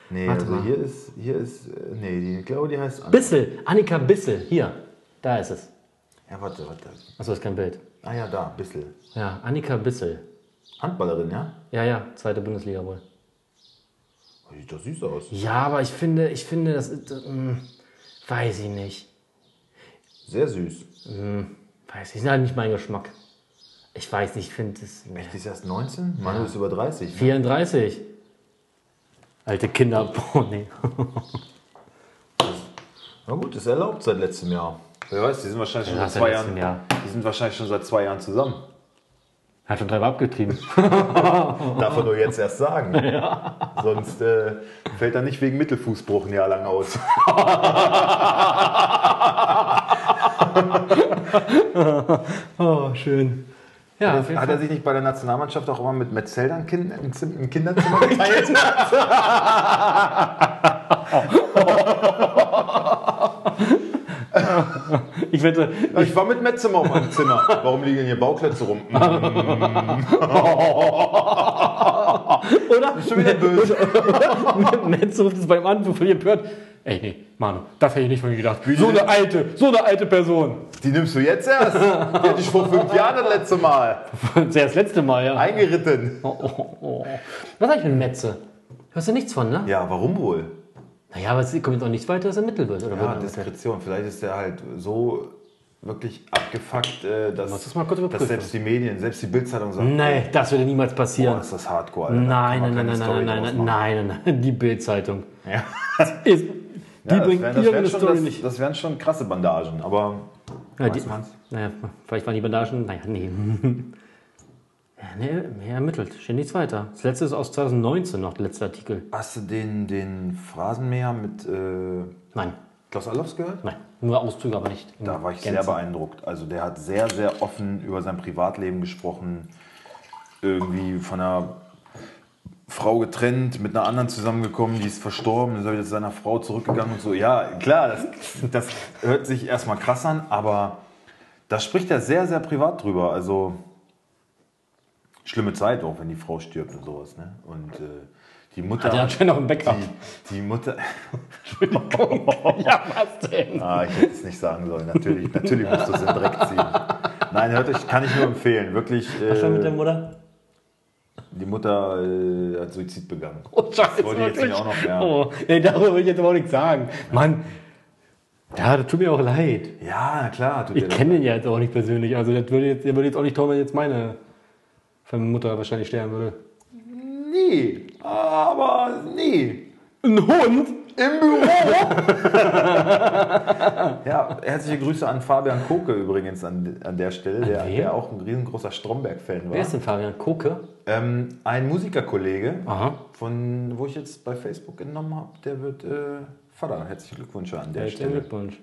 Nee, Warte also mal. hier ist. Hier ist äh, nee, die, ich glaube, die heißt Annika. Bissel, Annika Bissel, hier. Da ist es. Ja, warte, warte. Achso, ist kein Bild. Ah ja, da, Bissel. Ja, Annika Bissel. Handballerin, ja? Ja, ja, zweite Bundesliga wohl. Oh, Sieht doch süß aus. Ja, aber ich finde, ich finde, das ist. äh, mh, weiß ich nicht. Sehr süß. Weiß ich nicht, nicht mein Geschmack. Ich weiß nicht, ich finde es. Die ist erst 19? Manu ist über 30. 34. Alte Kinder. [LAUGHS] Boah, nee. Na gut, ist erlaubt seit letztem Jahr. Wer weiß, die sind wahrscheinlich schon Ja, seit seit zwei letztem Jahren. Jahr. Die sind wahrscheinlich schon seit zwei Jahren zusammen. Hat schon dreimal abgetrieben. Darf er nur jetzt erst [LAUGHS] sagen. Sonst äh, fällt er nicht wegen Mittelfußbruch ein Jahr lang aus. oh, schön. Ja, auf jeden Hat er Fall. sich nicht bei der Nationalmannschaft auch immer mit Metzeldern kind, im, Zim- im Kinderzimmer [LAUGHS] geteilt? ich wette, ich war mit Metz immer auf meinem Zimmer. Warum liegen hier Bauklötze rum? oder? Schon wieder böse. [LAUGHS] Netz ruft es beim Anruf völlig empört. Ey, nee, Manu, das hätte ich nicht von mir gedacht. So eine alte, so eine alte Person. [LAUGHS] Die nimmst du jetzt erst? Die hatte ich vor fünf Jahren das letzte Mal. Sehr das letzte Mal, ja. Eingeritten. Oh, oh, oh. Was sag ich mit Metze? Hörst du nichts von, ne? Ja, warum wohl? Naja, aber es kommt jetzt auch nichts weiter, dass ermittelt wird, oder? Ja, wird ermittelt? Diskretion. Vielleicht ist der halt so wirklich abgefuckt, äh, Lass dass, das mal kurz dass überprüfen. selbst die Medien, selbst die Bildzeitung sagt, Nee, das würde niemals boah, passieren. ist das Hardcore. Alter. Da nein, kann nein, man nein, nein, keine nein, nein, Story nein, nein, nein, nein, die Bild-Zeitung. draus machen. Ist- Die Ja, das bringt wären- das ihre wären schon- Story das- nicht. Das wären schon krasse Bandagen, aber Ja, die, Weißt du, Hans? naja, vielleicht waren die Bandagen, naja, nee. [LAUGHS] ja, nee, mehr ermittelt, steht nichts weiter. Das letzte ist aus 2019 noch, der letzte Artikel. hast du den, den Phrasenmäher mit äh, Nein, Klaus Allofs gehört? nein, nur Auszüge, aber nicht. im Da war ich Ganzen. sehr beeindruckt. Also der hat sehr, sehr offen über sein Privatleben gesprochen. Irgendwie von einer Frau getrennt, mit einer anderen zusammengekommen, die ist verstorben, dann ist er wieder zu seiner Frau zurückgegangen und so. Ja, klar, das, das hört sich erstmal krass an, aber da spricht er sehr, sehr privat drüber. Also schlimme Zeit, auch wenn die Frau stirbt und sowas. Ne? Und äh, die Mutter... Der hat anscheinend noch ein Backup. die, die Mutter... [LAUGHS] [LAUGHS] ja, was denn? Ah, ich hätte es nicht sagen sollen. Natürlich, natürlich musst du es in den Dreck ziehen. Nein, hört euch, kann ich nur empfehlen. Wirklich, Was schon mit der äh, Mutter? die Mutter äh, hat Suizid begangen. Oh, scheiße, wollte ich jetzt wirklich. nicht auch noch, ja. Oh, ey, darüber will ich jetzt aber auch nichts sagen. Mann, ja, das tut mir auch leid. Ja, na klar. Tut dir Ich das- kenne ihn ja jetzt auch nicht persönlich. Also das würde jetzt, der würde jetzt auch nicht tun, wenn jetzt meine Mutter wahrscheinlich sterben würde. Nee, aber nee. Ein Hund? Im Büro. [LAUGHS] ja, herzliche Grüße an Fabian Koke übrigens an, an der Stelle, der, wen? der auch ein riesengroßer Stromberg-Fan Wer ist war. denn Fabian? Koke? Ähm, ein Musikerkollege, Aha. von wo ich jetzt bei Facebook entnommen habe, der wird äh, Vater. Herzlichen Glückwunsch an der Herzlichen Stelle. Glückwunsch.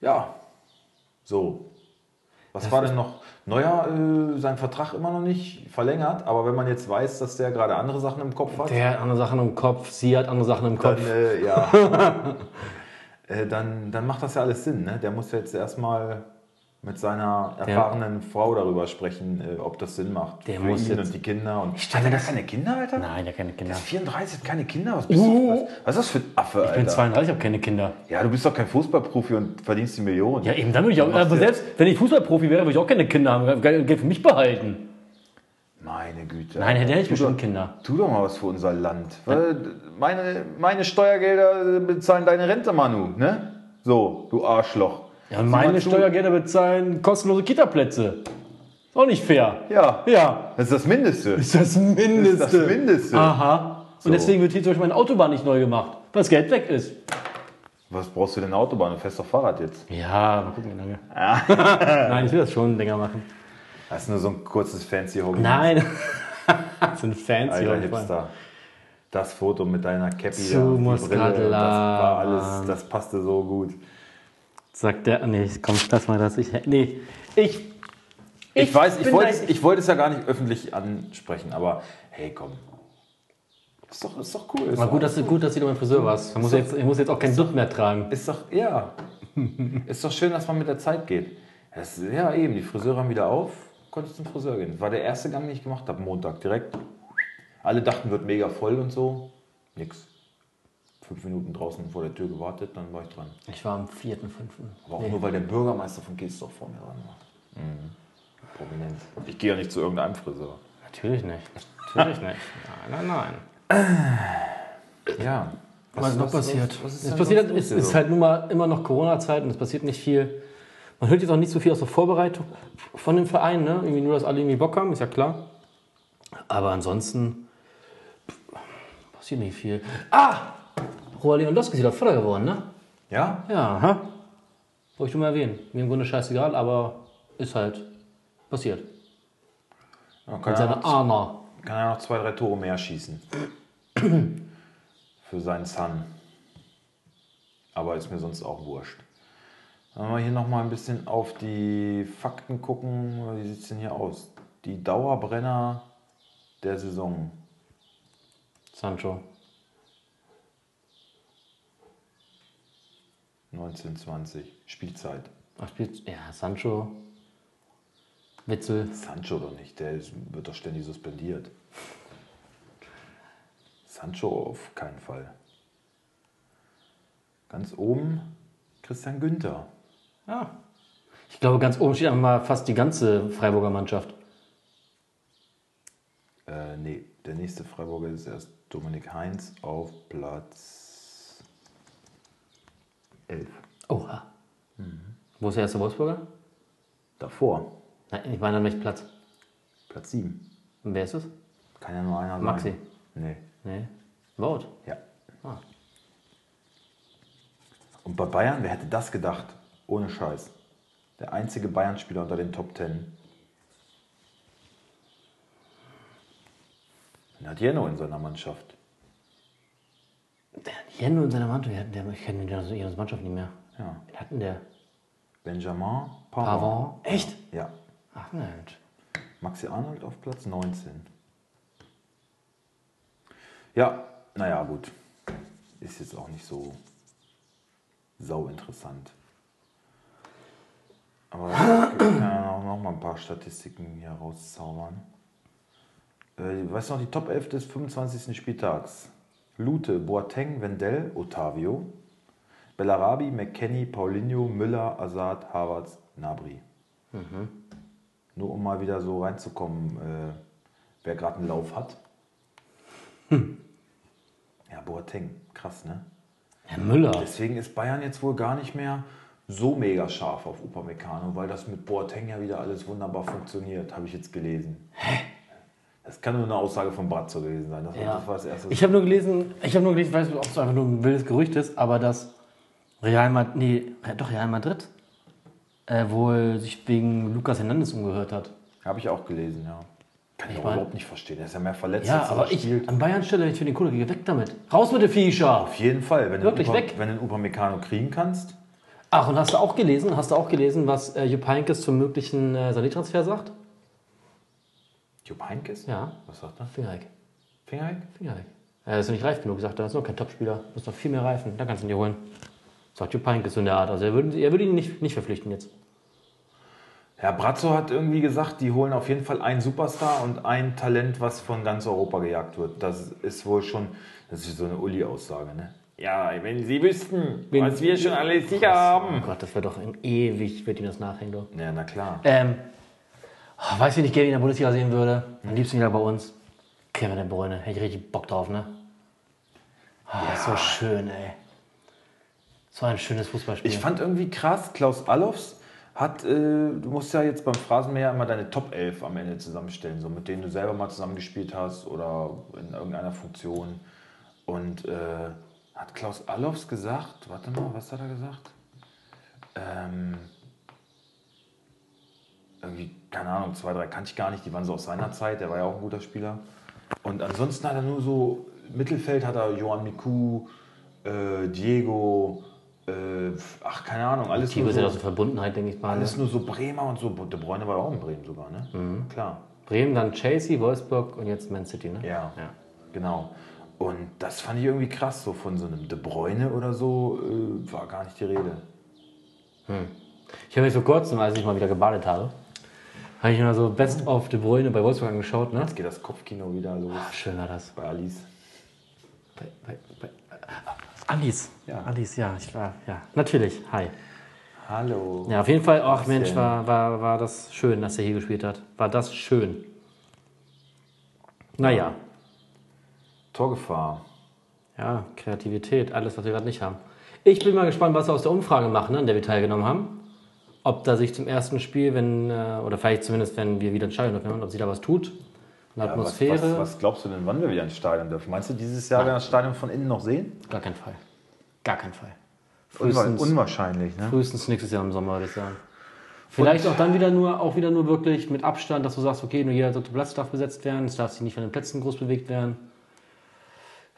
Ja. So. Was war denn noch? Neuer, äh, sein Vertrag immer noch nicht verlängert, aber wenn man jetzt weiß, dass der gerade andere Sachen im Kopf hat, Der hat andere Sachen im Kopf, sie hat andere Sachen im dann, Kopf. äh, ja. [LAUGHS] äh, dann, dann macht das ja alles Sinn. Ne? Der muss jetzt erstmal mit seiner erfahrenen Frau darüber sprechen, äh, ob das Sinn macht. Der Für muss ihn jetzt- und die Kinder. Und ich hatte da keine Kinder, Alter? Nein, der hat keine Kinder. Der ist 34 hat keine Kinder. Was, bist du, was, was ist das für ein Affe, Ich bin Alter? 32, habe keine Kinder. Ja, du bist doch kein Fußballprofi und verdienst die Millionen. Ja, eben dann würde ich auch, aber machst ja- selbst wenn ich Fußballprofi wäre, würde ich auch keine Kinder haben. Geld für mich behalten. Meine Güte. Nein, hätte Alter. ich bestimmt Kinder. Tu doch mal was für unser Land. Weil meine, meine Steuergelder bezahlen deine Rente, Manu. Ne? So, du Arschloch. Ja, und meine Sieh mal zu. Steuergelder bezahlen kostenlose Kita-Plätze. Ist auch nicht fair. Ja. Ja. Das ist das Mindeste. Ist das Mindeste. Ah. Das ist das Mindeste. Aha. Und So. deswegen wird hier zum Beispiel meine Autobahn nicht neu gemacht, weil das Geld weg ist. Was brauchst du denn eine Autobahn? Du fährst doch Fahrrad jetzt. Ja, mal gucken, wie lange. [LAUGHS] Nein, ich will das schon länger machen. Das ist nur so ein kurzes fancy Hobby. Nein. [LAUGHS] das sind Fans Alter hier. auf jeden Fall. Hipster. Das Foto mit deiner Cappy Zu da und die musst Brille, grad das war labern. alles, das passte so gut. Sagt der, nee, komm, lass mal das. Ich, nee, ich. Ich, weiß, ich bin wollte, ein- es, ich wollte es ja gar nicht öffentlich ansprechen, aber hey, komm. Ist doch, ist doch cool. Ist Aber doch gut, dass, du- gut, dass du wieder mein Friseur warst. Man muss jetzt, ich muss jetzt auch keinen Dutt mehr tragen. Ist doch, ja. ist doch schön, dass man mit der Zeit geht. Das, ja, eben, die Friseure haben wieder auf, konnte ich zum Friseur gehen. War der erste Gang, den ich gemacht habe, Montag direkt. Alle dachten, wird mega voll und so. Nix. Fünf Minuten draußen vor der Tür gewartet, dann war ich dran. Ich war am 4.5. Aber auch nur, weil der Bürgermeister von Kiesdorf vor mir dran war. Prominent. Ich gehe ja nicht zu irgendeinem Friseur. Natürlich nicht. Natürlich nicht. Nein, nein, nein. Ja. Was ist noch passiert? Was, was ist, es denn passiert, sonst los es hier ist so? halt nun mal immer noch Corona-Zeit und es passiert nicht viel. Man hört jetzt auch nicht so viel aus der Vorbereitung von dem Verein, ne? Irgendwie nur, dass alle irgendwie Bock haben, ist ja klar. Aber ansonsten pff, passiert nicht viel. Ah! Roa Lewandowski ist wieder Förder geworden, ne? Ja? Ja, aha. Wollte ich nur mal erwähnen. Mir im Grunde scheißegal, aber ist halt passiert. Ja, kann, Mit er noch, seiner Arma. kann er noch zwei, drei Tore mehr schießen. Für seinen Son. Aber ist mir sonst auch wurscht. Wenn wir hier nochmal ein bisschen auf die Fakten gucken, wie sieht es denn hier aus? Die Dauerbrenner der Saison. Sancho. 1920. Spielzeit. Ach, spielt. Ja, Sancho. Witzel. Sancho doch nicht, der ist, wird doch ständig suspendiert. Sancho auf keinen Fall. Ganz oben Christian Günther. Ja. Ich glaube, ganz oben steht einfach mal fast die ganze Freiburger Mannschaft. Äh, nee, der nächste Freiburger ist erst Dominik Heinz auf Platz 11. Oha. Wo ist der erste Wolfsburger? Davor, Nein, ich meine an welchem Platz. Platz 7. Und wer ist es? Kann ja nur einer sein. Maxi. Nee, Nee. Wout. ja. Ah. Und bei Bayern, wer hätte das gedacht? Ohne Scheiß. Der einzige Bayern-Spieler unter den Top 10. Den hat Jeno in seiner Mannschaft. Jenno und seine Mannschaft, wir hatten der, ich kenne den aus ihrer Mannschaft nicht mehr. Ja. Wen hatten der? Benjamin Pavard. Pavon. Echt? Ja. Ach Mensch. Maxi Arnold auf Platz 19. Ja, naja, gut. Ist jetzt auch nicht so sau interessant. Aber ich kann ja auch noch mal ein paar Statistiken hier rauszaubern. Äh, weißt du noch, die Top 11 des 25. Spieltags? Lute, Boateng, Wendell, Otavio, Bellarabi, McKenny, Paulinho, Müller, Azad, Havertz, Nabri. Nur um mal wieder so reinzukommen, äh, wer gerade einen Lauf hat. Hm. Ja, Boateng, krass, ne? Herr Müller. Deswegen ist Bayern jetzt wohl gar nicht mehr so mega scharf auf Upamecano, weil das mit Boateng ja wieder alles wunderbar funktioniert, habe ich jetzt gelesen. Hä? Das kann nur eine Aussage von Brazzo gewesen sein. Das, Ja. das war das erste. Ich habe nur gelesen, ich habe nur gelesen, ich weiß nicht, ob es einfach nur ein wildes Gerücht ist, aber dass Real Madrid, nee, ja, doch Real Madrid äh, wohl sich wegen Lucas Hernandez umgehört hat. habe ich auch gelesen, ja. Kann ich, auch mein- überhaupt nicht verstehen. Der ist ja mehr verletzt Ja, als er aber ich, spielt. an Bayern Stelle, ich finde den Kollege weg damit. Raus mit dem Viecher! Auf jeden Fall, wenn du Wirklich einen weg? Upa- wenn du einen Upamecano kriegen kannst, Ach, und hast du auch gelesen, hast du auch gelesen, was äh, Jupp Heynckes zum möglichen äh, Sané-Transfer sagt? Jupp Heynckes? Ja. Was sagt er? Finger weg, Finger weg? Finger weg. Er ist noch nicht reif genug, sagt er. Das ist noch kein Topspieler. Muss noch viel mehr reifen. Da kannst du ihn dir holen. Sagt Jupp Heynckes so in der Art. Also er würde, er würde ihn nicht, nicht verpflichten jetzt. Herr Brazzo hat irgendwie gesagt, die holen auf jeden Fall einen Superstar und ein Talent, was von ganz Europa gejagt wird. Das ist wohl schon, das ist so eine Uli-Aussage, ne? Ja, wenn Sie wüssten, Wenn- was wir schon alles sicher Oh haben. Gott, das wäre doch ein ewig, wird ihm das nachhängen, du. Ja, na klar. Ähm, oh, weißt du, wen ich gerne in der Bundesliga sehen würde? Am liebsten wieder bei uns. Kevin De Bruyne. Hätte ich richtig Bock drauf, ne? Ah, So schön, ey. So ein schönes Fußballspiel. Ich fand irgendwie krass, Klaus Allofs hat, äh, du musst ja jetzt beim Phrasenmäher immer deine Top 11 am Ende zusammenstellen, so mit denen du selber mal zusammengespielt hast oder in irgendeiner Funktion. Und äh, hat Klaus Allofs gesagt, warte mal, was hat er gesagt? Ähm, irgendwie, keine Ahnung, zwei, drei kannte ich gar nicht, die waren so aus seiner Zeit, der war ja auch ein guter Spieler. Und ansonsten hat er nur so, Mittelfeld hat er Johan Miku, äh, Diego, äh, ach, keine Ahnung, alles Die nur ist ja so, aus der Verbundenheit, denke ich mal. ne? alles nur so Bremer und so. De Bruyne war ja auch in Bremen sogar, ne? Klar. Bremen, dann Chelsea, Wolfsburg und jetzt Man City, ne? Ja, Ja. genau. Und das fand ich irgendwie krass, so von so einem De Bruyne oder so äh, war gar nicht die Rede. Ich habe mich vor kurzem, als ich mal wieder gebadet habe, habe ich mir so Best of De Bruyne bei Wolfsburg angeschaut, ne? Jetzt geht das Kopfkino wieder los Ach, schön war das. bei Alice. Bei, bei, bei, äh, Alice. Ja. Alice, ja, ich war, ja. Natürlich, hi. Hallo. Ja, auf jeden Fall, ach Mensch, denn? war, war, war das schön, dass er hier gespielt hat. War das schön. Naja, Torgefahr. ja, Kreativität, alles, was wir gerade nicht haben. Ich bin mal gespannt, was wir aus der Umfrage machen, ne, an der wir teilgenommen haben. Ob da sich zum ersten Spiel, wenn, äh, oder vielleicht zumindest, wenn wir wieder entscheiden dürfen, ob sie da was tut. Eine Ja, was, Atmosphäre. was, was glaubst du denn, wann wir wieder ins Stadion dürfen? Meinst du, dieses Jahr werden wir das Stadion von innen noch sehen? Gar kein Fall. Gar kein Fall. Unwa Frühestens, unwahrscheinlich, ne? frühestens nächstes Jahr im Sommer, würde ich sagen. Vielleicht auch dann wieder nur, auch wieder nur wirklich mit Abstand, dass du sagst, okay, nur jeder dritte Platz darf besetzt werden, es darf sich nicht von den Plätzen groß bewegt werden.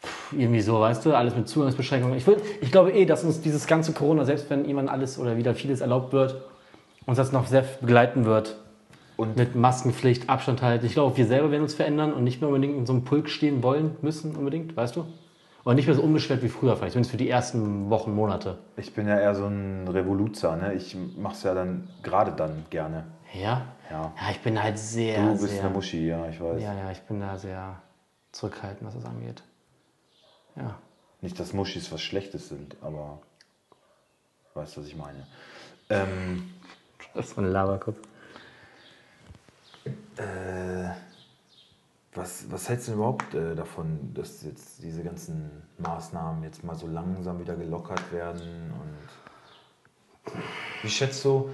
Pff, irgendwie so, weißt du, alles mit Zugangsbeschränkungen. Ich, würd, ich glaube eh, dass uns dieses ganze Corona, selbst wenn jemand alles oder wieder vieles erlaubt wird, uns das noch sehr begleiten wird. Und- mit Maskenpflicht, Abstand halten. Ich glaube, wir selber werden uns verändern und nicht mehr unbedingt in so einem Pulk stehen wollen, müssen unbedingt, weißt du? Und nicht mehr so unbeschwert wie früher, vielleicht, zumindest für die ersten Wochen, Monate. Ich bin ja eher so ein Revoluzer, ne? Ich mach's ja dann gerade dann gerne. Ja? Ja. Ja, ich bin halt sehr. Du bist sehr, eine Muschi, ja, ich weiß. Ja, ja, ich bin da sehr zurückhaltend, was das angeht. Ja. Nicht, dass Muschis was Schlechtes sind, aber weißt du, was ich meine. Ähm, Das war ein Laberkopf. Äh, was, was hältst du denn überhaupt äh, davon, dass jetzt diese ganzen Maßnahmen jetzt mal so langsam wieder gelockert werden? Und wie schätzt du,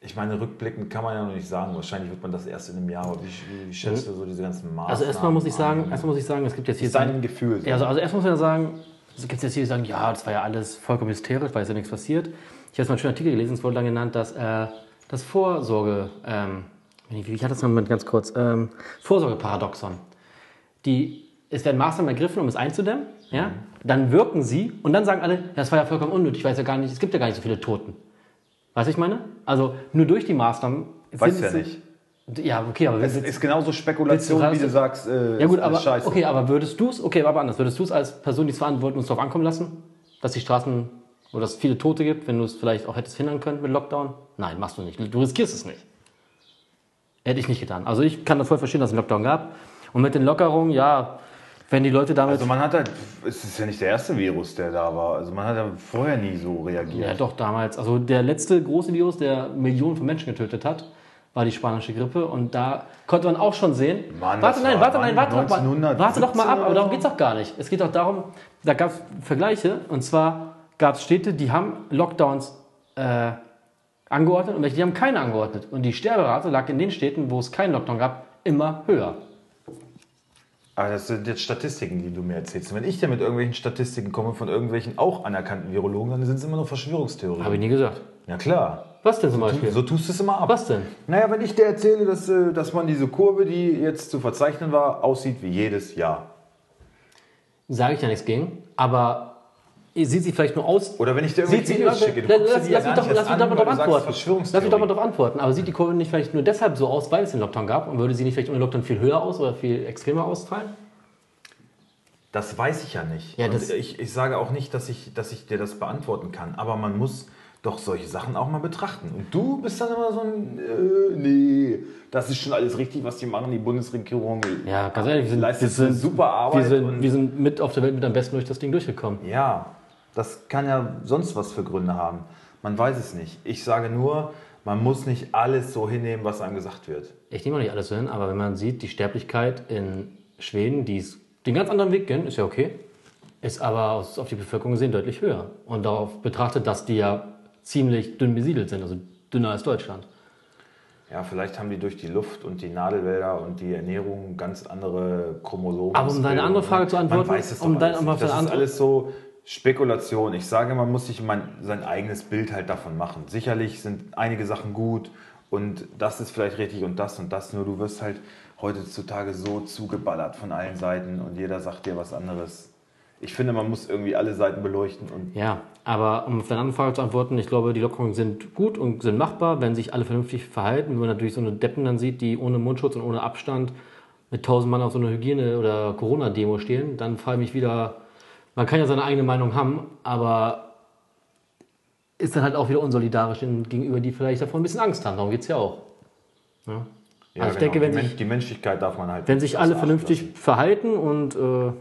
ich meine, rückblickend kann man ja noch nicht sagen, wahrscheinlich wird man das erst in einem Jahr, aber wie, wie, wie schätzt du so diese ganzen Maßnahmen? Also erstmal muss ich sagen, an? erstmal muss ich sagen, es gibt jetzt hier. dein Gefühl. so. Ja, also, also erstmal muss man ja sagen, es gibt jetzt hier, die sagen, ja, das war ja alles vollkommen hysterisch, weil es ja nichts passiert. Ich habe jetzt mal einen schönen Artikel gelesen, es wurde dann genannt, dass äh, das Vorsorge, ähm, wie wie hat das nochmal ganz kurz, ähm, Vorsorgeparadoxon. Die, es werden Maßnahmen ergriffen, um es einzudämmen, Mhm. ja? dann wirken sie und dann sagen alle, das war ja vollkommen unnötig, weil es ja gar nicht, es gibt ja gar nicht so viele Toten. Weißt du, ich meine? Also nur durch die Maßnahmen. Weißt sind ja es- Ja, okay, aber wir Es sind ist genauso Willst du Spekulation, raus- wie du sagst, äh, ja gut, ist aber scheiße. okay, aber würdest du es, okay, aber anders, würdest du es als Person, die es verantwortet, uns darauf ankommen lassen, dass die Straßen oder dass es viele Tote gibt, wenn du es vielleicht auch hättest hindern können mit Lockdown? Nein, machst du nicht. Du riskierst es nicht. Hätte ich nicht getan. Also ich kann das voll verstehen, dass es einen Lockdown gab. Und mit den Lockerungen, ja, wenn die Leute damit. Also man hat halt, es ist ja nicht der erste Virus, der da war. Also man hat ja vorher nie so reagiert. ja, doch, damals. Also der letzte große Virus, der Millionen von Menschen getötet hat, war die spanische Grippe. Und da konnte man auch schon sehen. Mann, warte, das nein, war- warte, Mann, nein, warte, doch mal, 1917 warte doch mal ab. oder Aber darum so? geht es doch gar nicht. Es geht doch darum, da gab es Vergleiche. Und zwar gab es Städte, die haben Lockdowns äh, angeordnet und welche, die haben keine angeordnet. Und die Sterberate lag in den Städten, wo es keinen Lockdown gab, immer höher. Aber Ah, das sind jetzt Statistiken, die du mir erzählst. Und wenn ich dir mit irgendwelchen Statistiken komme von irgendwelchen auch anerkannten Virologen, dann sind es immer nur Verschwörungstheorien. Habe ich nie gesagt. Ja klar. Was denn zum Beispiel? So tust du es immer ab. Was denn? Naja, wenn ich dir erzähle, dass, äh, dass man diese Kurve, die jetzt zu verzeichnen war, aussieht wie jedes Jahr. Sage ich ja nichts gegen. Aber sieht sie vielleicht nur aus Oder wenn ich dir Sieht irgendwelche sie Videos Also, schicke, du lass, guckst dir lass, die ja lass, gar mich doch, nicht lass erst mich doch mal an, weil darauf du sagst, antworten. Lass mich doch mal Verschwörungstheorie. darauf antworten. Aber sieht die Kurve nicht vielleicht nur deshalb so aus, weil es den Lockdown gab? Und würde sie nicht vielleicht ohne Lockdown viel höher aus oder viel extremer ausfallen? Das weiß ich ja nicht. Ja, Und das- ich, ich sage auch nicht, dass ich, dass ich dir das beantworten kann, aber man muss doch solche Sachen auch mal betrachten. Und du bist dann immer so ein, äh, nee, das ist schon alles richtig, was die machen, die Bundesregierung. Ja, ganz ehrlich, wir sind, Leistet wir sind, eine super Arbeit Wir sind, und- wir sind mit auf der Welt mit am besten durch das Ding durchgekommen. Ja, das kann ja sonst was für Gründe haben. Man weiß es nicht. Ich sage nur, man muss nicht alles so hinnehmen, was einem gesagt wird. Ich nehme auch nicht alles so hin, aber wenn man sieht, die Sterblichkeit in Schweden, die ist den ganz anderen Weg gehen, ist ja okay, ist aber aus, auf die Bevölkerung gesehen deutlich höher. Und darauf betrachtet, dass die ja ziemlich dünn besiedelt sind, also dünner als Deutschland. Ja, vielleicht haben die durch die Luft und die Nadelwälder und die Ernährung ganz andere Chromosomen. Aber um deine andere Frage zu antworten, man weiß es doch um alles dein- um nicht. auf das deine ist andere- alles so Spekulation. Ich sage, man muss sich mein, sein eigenes Bild halt davon machen. Sicherlich sind einige Sachen gut und das ist vielleicht richtig und das und das. Nur du wirst halt heutzutage so zugeballert von allen Seiten und jeder sagt dir was anderes. Ich finde, man muss irgendwie alle Seiten beleuchten und Ja, aber um auf deine andere Frage zu antworten, ich glaube, die Lockerungen sind gut und sind machbar, wenn sich alle vernünftig verhalten. Wenn man natürlich so eine Deppen dann sieht, die ohne Mundschutz und ohne Abstand mit tausend Mann auf so einer Hygiene- oder Corona-Demo stehen, dann frage ich mich wieder, man kann ja seine eigene Meinung haben, aber ist dann halt auch wieder unsolidarisch den- gegenüber, die vielleicht davon ein bisschen Angst haben. Darum geht es ja auch. Ja? Ja, also ich genau, denke, wenn die, sich, Men- die Menschlichkeit darf man halt. wenn sich außer alle Acht vernünftig lassen. verhalten und äh,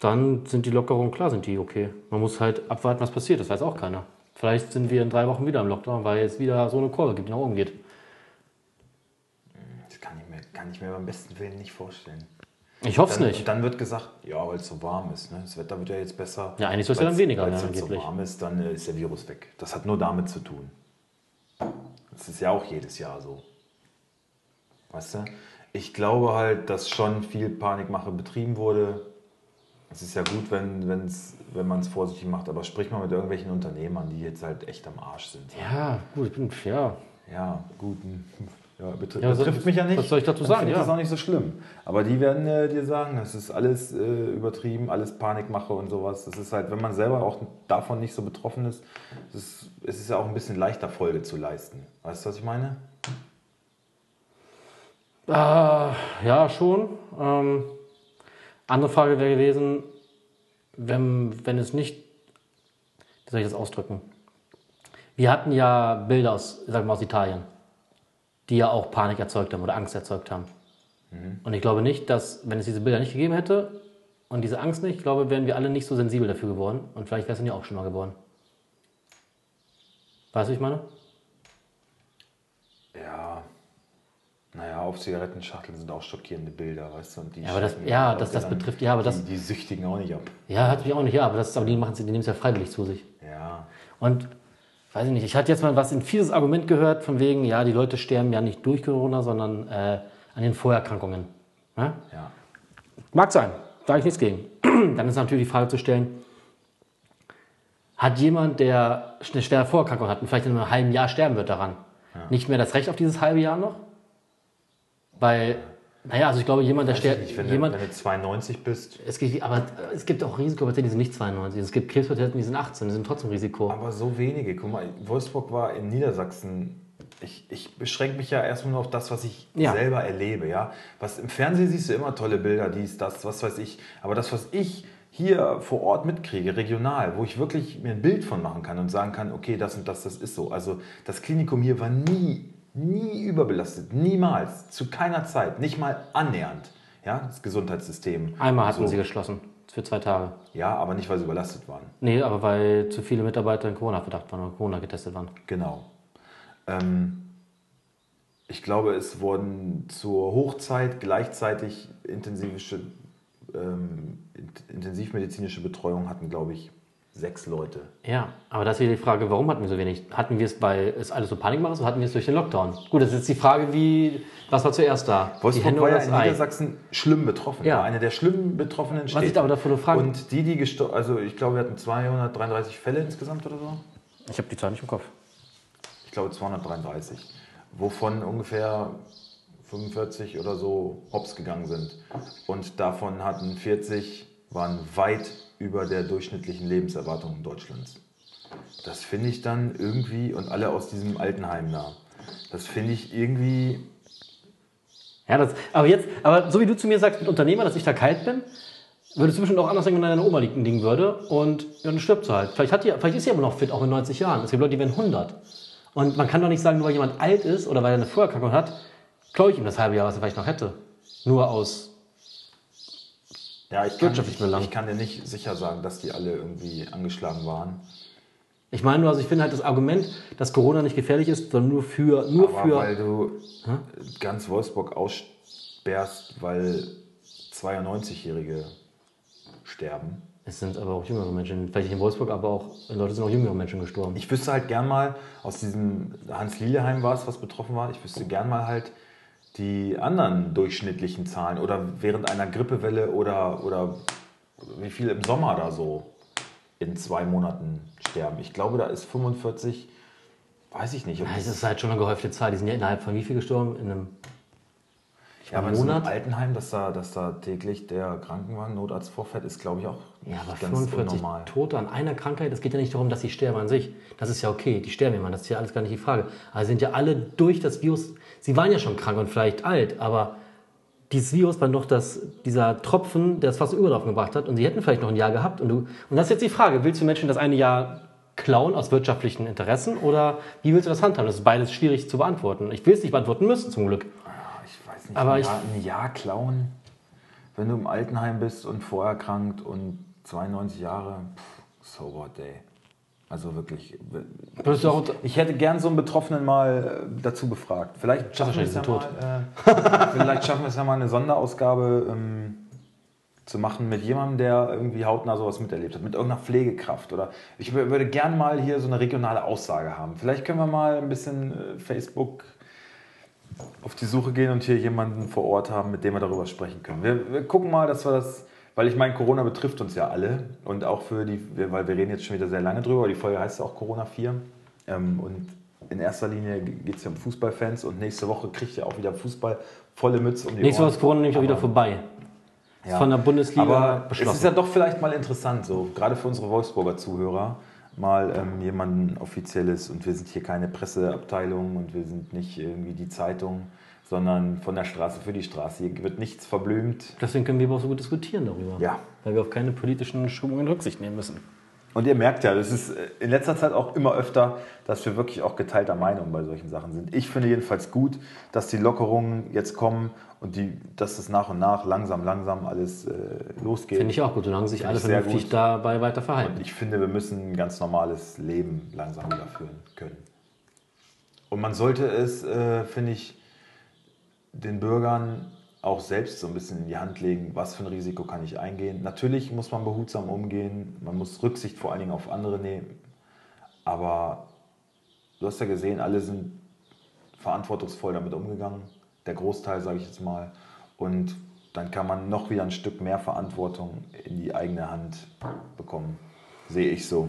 dann sind die Lockerungen klar, sind die okay. Man muss halt abwarten, was passiert. Das weiß auch keiner. Vielleicht sind wir in drei Wochen wieder im Lockdown, weil es wieder so eine Kurve gibt, die nach oben geht. Das kann ich, mir, kann ich mir beim besten Willen nicht vorstellen. Ich hoffe es Dann- nicht. Und dann wird gesagt, ja, weil es so warm ist. Ne? Das Wetter wird ja jetzt besser. Ja, eigentlich soll's ja dann Weil's- weniger Weil's werden, jetzt so angeblich. warm ist, dann äh, ist der Virus weg. Das hat nur damit zu tun. Das ist ja auch jedes Jahr so. Weißt du? Ich glaube halt, dass schon viel Panikmache betrieben wurde. Es ist ja gut, wenn, wenn's, wenn man es vorsichtig macht, aber sprich mal mit irgendwelchen Unternehmern, die jetzt halt echt am Arsch sind. Ja, gut, ich bin fair. Ja, gut. hm, Ja, betri Ja, was betrifft soll- mich ja nicht. was soll ich dazu Dann sagen? finde ich Ja. Das ist auch nicht so schlimm. Aber die werden äh, dir sagen, das ist alles äh, übertrieben, alles Panikmache und sowas. Das ist halt, wenn man selber auch davon nicht so betroffen ist, es ist, es ist ja auch ein bisschen leichter, Folge zu leisten. Weißt du, was ich meine? Ah, ja, schon. Ähm, andere Frage wäre gewesen, wenn, wenn es nicht, wie soll ich das ausdrücken? Wir hatten ja Bilder aus, sagen wir mal, aus Italien, die ja auch Panik erzeugt haben oder Angst erzeugt haben. Und ich glaube nicht, dass, wenn es diese Bilder nicht gegeben hätte und diese Angst nicht, ich glaube, wären wir alle nicht so sensibel dafür geworden. Und vielleicht wäre es dann ja auch schlimmer geworden. Weißt du, wie ich meine? Ja. Naja, auf Zigarettenschachteln sind auch schockierende Bilder, weißt du? Und die Ja, aber das- schrecken ja, die das- Leute das dann- betrifft- ja, aber das- Die, die süchtigen auch nicht ab. Ja, hat mich auch nicht, ja, aber, das, aber die, machen's- die nehmen es ja freiwillig zu sich. Ja. Und weiß ich nicht, ich hatte jetzt mal was ein fieses Argument gehört, von wegen, ja, die Leute sterben ja nicht durch Corona, sondern äh, an den Vorerkrankungen. Ne? Ja. Mag sein, da habe ich nichts gegen. [CLEARS THROAT] Dann ist natürlich die Frage zu stellen, hat jemand, der eine schwere Vorerkrankung hat und vielleicht in einem halben Jahr sterben wird daran, nicht mehr das Recht auf dieses halbe Jahr noch? Weil, naja, also ich glaube, jemand, der Ich sterbt, finde, jemand, wenn du 92 bist, es gibt, aber äh, es gibt auch Risikopatienten, die sind nicht 92, es gibt Krebspatienten, die sind 18, die sind trotzdem Risiko. aber so wenige. Guck mal, Wolfsburg war in Niedersachsen. Ich, ich beschränke mich ja erstmal nur auf das, was ich Ja. selber erlebe. Ja? Was Im Fernsehen siehst du immer tolle Bilder, dies, das, was weiß ich. Aber das, was ich hier vor Ort mitkriege, regional, wo ich wirklich mir ein Bild von machen kann und sagen kann, okay, das und das, das ist so. Also das Klinikum hier war nie, nie überbelastet. Niemals. Zu keiner Zeit. Nicht mal annähernd. Ja, das Gesundheitssystem. Einmal hatten so. sie geschlossen, für zwei Tage. Ja, aber nicht, weil sie überlastet waren. Nee, aber weil zu viele Mitarbeiter in Corona-Verdacht waren oder Corona getestet waren. Genau. Ähm, ich glaube, es wurden zur Hochzeit gleichzeitig intensivische, ähm, int- intensivmedizinische Betreuung hatten, glaube ich, sechs Leute. Ja, aber das ist wieder die Frage, warum hatten wir so wenig? Hatten wir es, weil es alles so Panikmache ist oder hatten wir es durch den Lockdown? Gut, das ist jetzt die Frage, wie, was war zuerst da? die Wolfsburg Hände war ja oder das in Ei? Niedersachsen schlimm betroffen. Ja. War eine der schlimm betroffenen Städte. ich aber davor nur frage- Und die, die gestorben, also ich glaube, wir hatten 233 Fälle insgesamt oder so. Ich habe die Zahl nicht im Kopf. ich glaube 233, wovon ungefähr 45 oder so hops gegangen sind. Und davon hatten 40, waren weit über der durchschnittlichen Lebenserwartung Deutschlands. Das finde ich dann irgendwie, und alle aus diesem Altenheim da, das finde ich irgendwie, Ja, das, aber jetzt, aber so wie du zu mir sagst, mit Unternehmer, dass ich da kalt bin, würdest du bestimmt auch anders denken, wenn deine Oma liegen liegen würde und ja, dann stirbt sie halt. Vielleicht, hat die, vielleicht ist sie aber noch fit, auch in 90 Jahren. Es gibt Leute, die werden 100. Und man kann doch nicht sagen, nur weil jemand alt ist oder weil er eine Vorerkrankung hat, klaue ich ihm das halbe Jahr, was er vielleicht noch hätte. Nur aus ja, ich kann, Wirtschaftlich ich, belangt. ich kann dir nicht sicher sagen, dass die alle irgendwie angeschlagen waren. Ich meine nur, also ich finde halt das Argument, dass Corona nicht gefährlich ist, sondern nur für, nur Aber für. weil du ganz Wolfsburg aussperrst, weil 92-Jährige sterben. Es sind aber auch jüngere Menschen, vielleicht nicht in Wolfsburg, aber auch in Leute sind auch jüngere Menschen gestorben. Ich wüsste halt gern mal, aus diesem Hans-Lieleheim war es, was betroffen war, ich wüsste gern mal halt die anderen durchschnittlichen Zahlen oder während einer Grippewelle oder, oder wie viel im Sommer da so in zwei Monaten sterben. Ich glaube, da ist 45, weiß ich nicht. Ob Es ist halt schon eine gehäufte Zahl. Die sind ja innerhalb von wie viel gestorben? In einem Ja, aber in Im so einem Monat? Altenheim, dass da, dass da täglich der Krankenwagen Notarzt vorfährt, ist, glaube ich, auch ja, aber nicht ganz 45 unnormal. Tote an einer Krankheit. Es geht ja nicht darum, dass sie sterben an sich. Das ist ja okay, die sterben immer. Das ist ja alles gar nicht die Frage. Aber sie sind ja alle durch das Virus. Sie waren ja schon krank und vielleicht alt, aber dieses Virus war noch das, dieser Tropfen, der es fast zum Überlaufen gebracht hat. Und sie hätten vielleicht noch ein Jahr gehabt. Und, du, und das ist jetzt die Frage: Willst du Menschen das eine Jahr klauen aus wirtschaftlichen Interessen oder wie willst du das handhaben? Das ist beides schwierig zu beantworten. Ich will es nicht beantworten müssen, zum Glück. Ah, Ich weiß nicht, Aber ein, ich- Jahr, ein Jahr klauen, wenn du im Altenheim bist und vorerkrankt und 92 Jahre, pff, so what, ey. Also wirklich. Würdest du auch- Ich hätte gern so einen Betroffenen mal äh, dazu befragt. Vielleicht schaffen wir es ja wahrscheinlich mal. Äh, [LAUGHS] vielleicht schaffen wir es ja mal eine Sonderausgabe ähm, zu machen mit jemandem, der irgendwie hautnah sowas miterlebt hat, mit irgendeiner Pflegekraft oder ich wür- würde gern mal hier so eine regionale Aussage haben. Vielleicht können wir mal ein bisschen äh, Facebook auf die Suche gehen und hier jemanden vor Ort haben, mit dem wir darüber sprechen können. Wir, wir gucken mal, dass wir das Weil ich meine, Corona betrifft uns ja alle. Und auch für die, weil wir reden jetzt schon wieder sehr lange drüber, die Folge heißt ja auch Corona 4. Ähm, und in erster Linie geht es ja um Fußballfans und nächste Woche kriegt ja auch wieder Fußball volle Mütze um die Nächstes Mal Ohren. ist Corona nämlich auch wieder Aber- vorbei. Ist Ja. Von der Bundesliga Aber es beschlossen. ist ja doch vielleicht mal interessant, so gerade für unsere Wolfsburger Zuhörer, mal ähm, jemanden offizielles und wir sind hier keine Presseabteilung und wir sind nicht irgendwie die Zeitung, sondern von der Straße für die Straße. Hier wird nichts verblümt. Deswegen können wir aber auch so gut diskutieren darüber. Ja. Weil wir auf keine politischen Strömungen Rücksicht nehmen müssen. Und ihr merkt ja, das ist äh, in letzter Zeit auch immer öfter, dass wir wirklich auch geteilter Meinung bei solchen Sachen sind. Ich finde jedenfalls gut, dass die Lockerungen jetzt kommen und die, dass es nach und nach langsam, langsam alles äh, losgeht. Finde ich auch gut, solange sich Finde alle ich sehr vernünftig gut. dabei weiter verhalten. Und ich finde, wir müssen ein ganz normales Leben langsam wieder führen können. Und man sollte es, äh, finde ich, den Bürgern auch selbst so ein bisschen in die Hand legen, was für ein Risiko kann ich eingehen. Natürlich muss man behutsam umgehen, man muss Rücksicht vor allen Dingen auf andere nehmen. Aber du hast ja gesehen, alle sind verantwortungsvoll damit umgegangen. Der Großteil, sage ich jetzt mal. Und dann kann man noch wieder ein Stück mehr Verantwortung in die eigene Hand bekommen. Sehe ich so.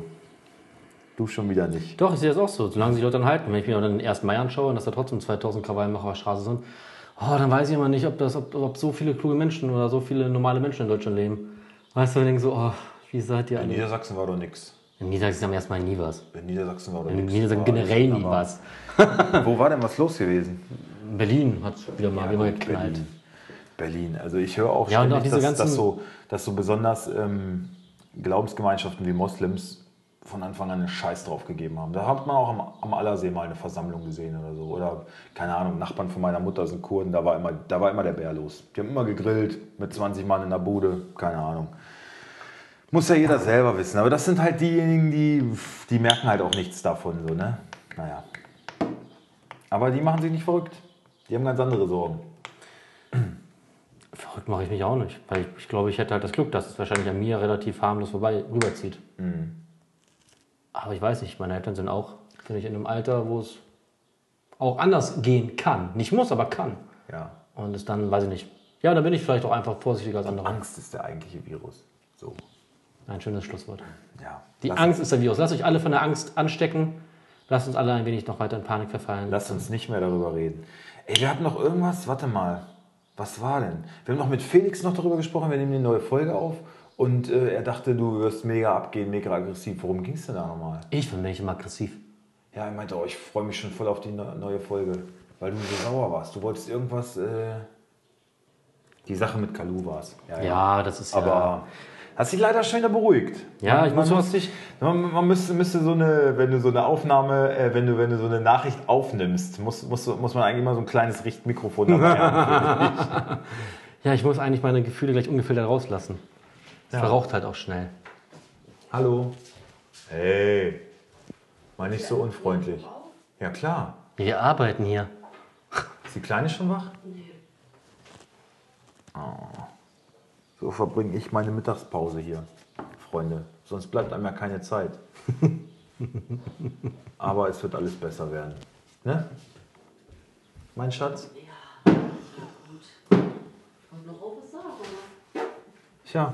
Du schon wieder nicht. Doch, ich sehe das auch so, solange sich Leute dann halten. Wenn ich mir dann den 1. Mai anschaue und dass da trotzdem 2000 Krawallmacher auf der Straße sind, oh, dann weiß ich immer nicht, ob, das, ob, ob so viele kluge Menschen oder so viele normale Menschen in Deutschland leben. Weißt du, wir denken so, oh, wie seid ihr In alle? Niedersachsen war doch nichts. In Niedersachsen haben wir erstmal nie was. In Niedersachsen war doch In nichts. Niedersachsen War generell alles nie wunderbar. was. Wo war denn was los gewesen? In Berlin hat es wieder mal Ja, wieder mal gut, geknallt. Berlin. Berlin. Also ich höre auch Ja, und ständig, auch diese dass, dass, ganzen- so, dass so besonders ähm, Glaubensgemeinschaften wie Moslems von Anfang an einen Scheiß drauf gegeben haben. Da hat man auch am, am Allersee mal eine Versammlung gesehen oder so. Oder, keine Ahnung, Nachbarn von meiner Mutter sind Kurden, da war immer, da war immer der Bär los. Die haben immer gegrillt mit 20 Mann in der Bude, keine Ahnung. Muss ja jeder selber wissen. Aber das sind halt diejenigen, die, die merken halt auch nichts davon. So, ne? Naja. Aber die machen sich nicht verrückt. Die haben ganz andere Sorgen. Verrückt mache ich mich auch nicht, weil ich, ich glaube, ich hätte halt das Glück, dass es wahrscheinlich an mir relativ harmlos vorbei rüberzieht. Mhm. Aber ich weiß nicht, meine Eltern sind auch, finde ich, in einem Alter, wo es auch anders gehen kann. Nicht muss, aber kann. Ja. Und es dann, weiß ich nicht. Ja, dann bin ich vielleicht auch einfach vorsichtiger als andere. Angst ist der eigentliche Virus. So, Ein schönes Schlusswort. ja. Die lass, Angst ist der Virus. Lasst euch alle von der Angst anstecken. Lasst uns alle ein wenig noch weiter in Panik verfallen. lass uns nicht mehr darüber reden. Ey, wir hatten noch irgendwas, warte mal. Was war denn? Wir haben noch mit Felix noch darüber gesprochen, wir nehmen die neue Folge auf und äh, er dachte, du wirst mega abgehen, mega aggressiv. Worum ging es denn da nochmal? Ich bin nämlich immer aggressiv. Ja, er meinte, oh, ich freue mich schon voll auf die ne- neue Folge, weil du so sauer warst. Du wolltest irgendwas, äh, die Sache mit Kalu war es. Ja, das ist ja. Aber hast dich leider schon wieder beruhigt. Ja, man, ich man muss muss was- dich, man, man müsste, müsste so eine, wenn du so eine Aufnahme, äh, wenn du, wenn du so eine Nachricht aufnimmst, muss, muss, muss man eigentlich immer so ein kleines Richtmikrofon [LAUGHS] dabei haben. Ja, ich muss eigentlich meine Gefühle gleich ungefiltert rauslassen. Es verraucht halt auch schnell. Hallo. Hey. Mal nicht so unfreundlich. Ja klar. Wir arbeiten hier. Ist die Kleine schon wach? Nee. Oh. So verbringe ich meine Mittagspause hier, Freunde. Sonst bleibt einem ja keine Zeit. Aber es wird alles besser werden. Ne? Mein Schatz? Und noch auf was sagen. Tja.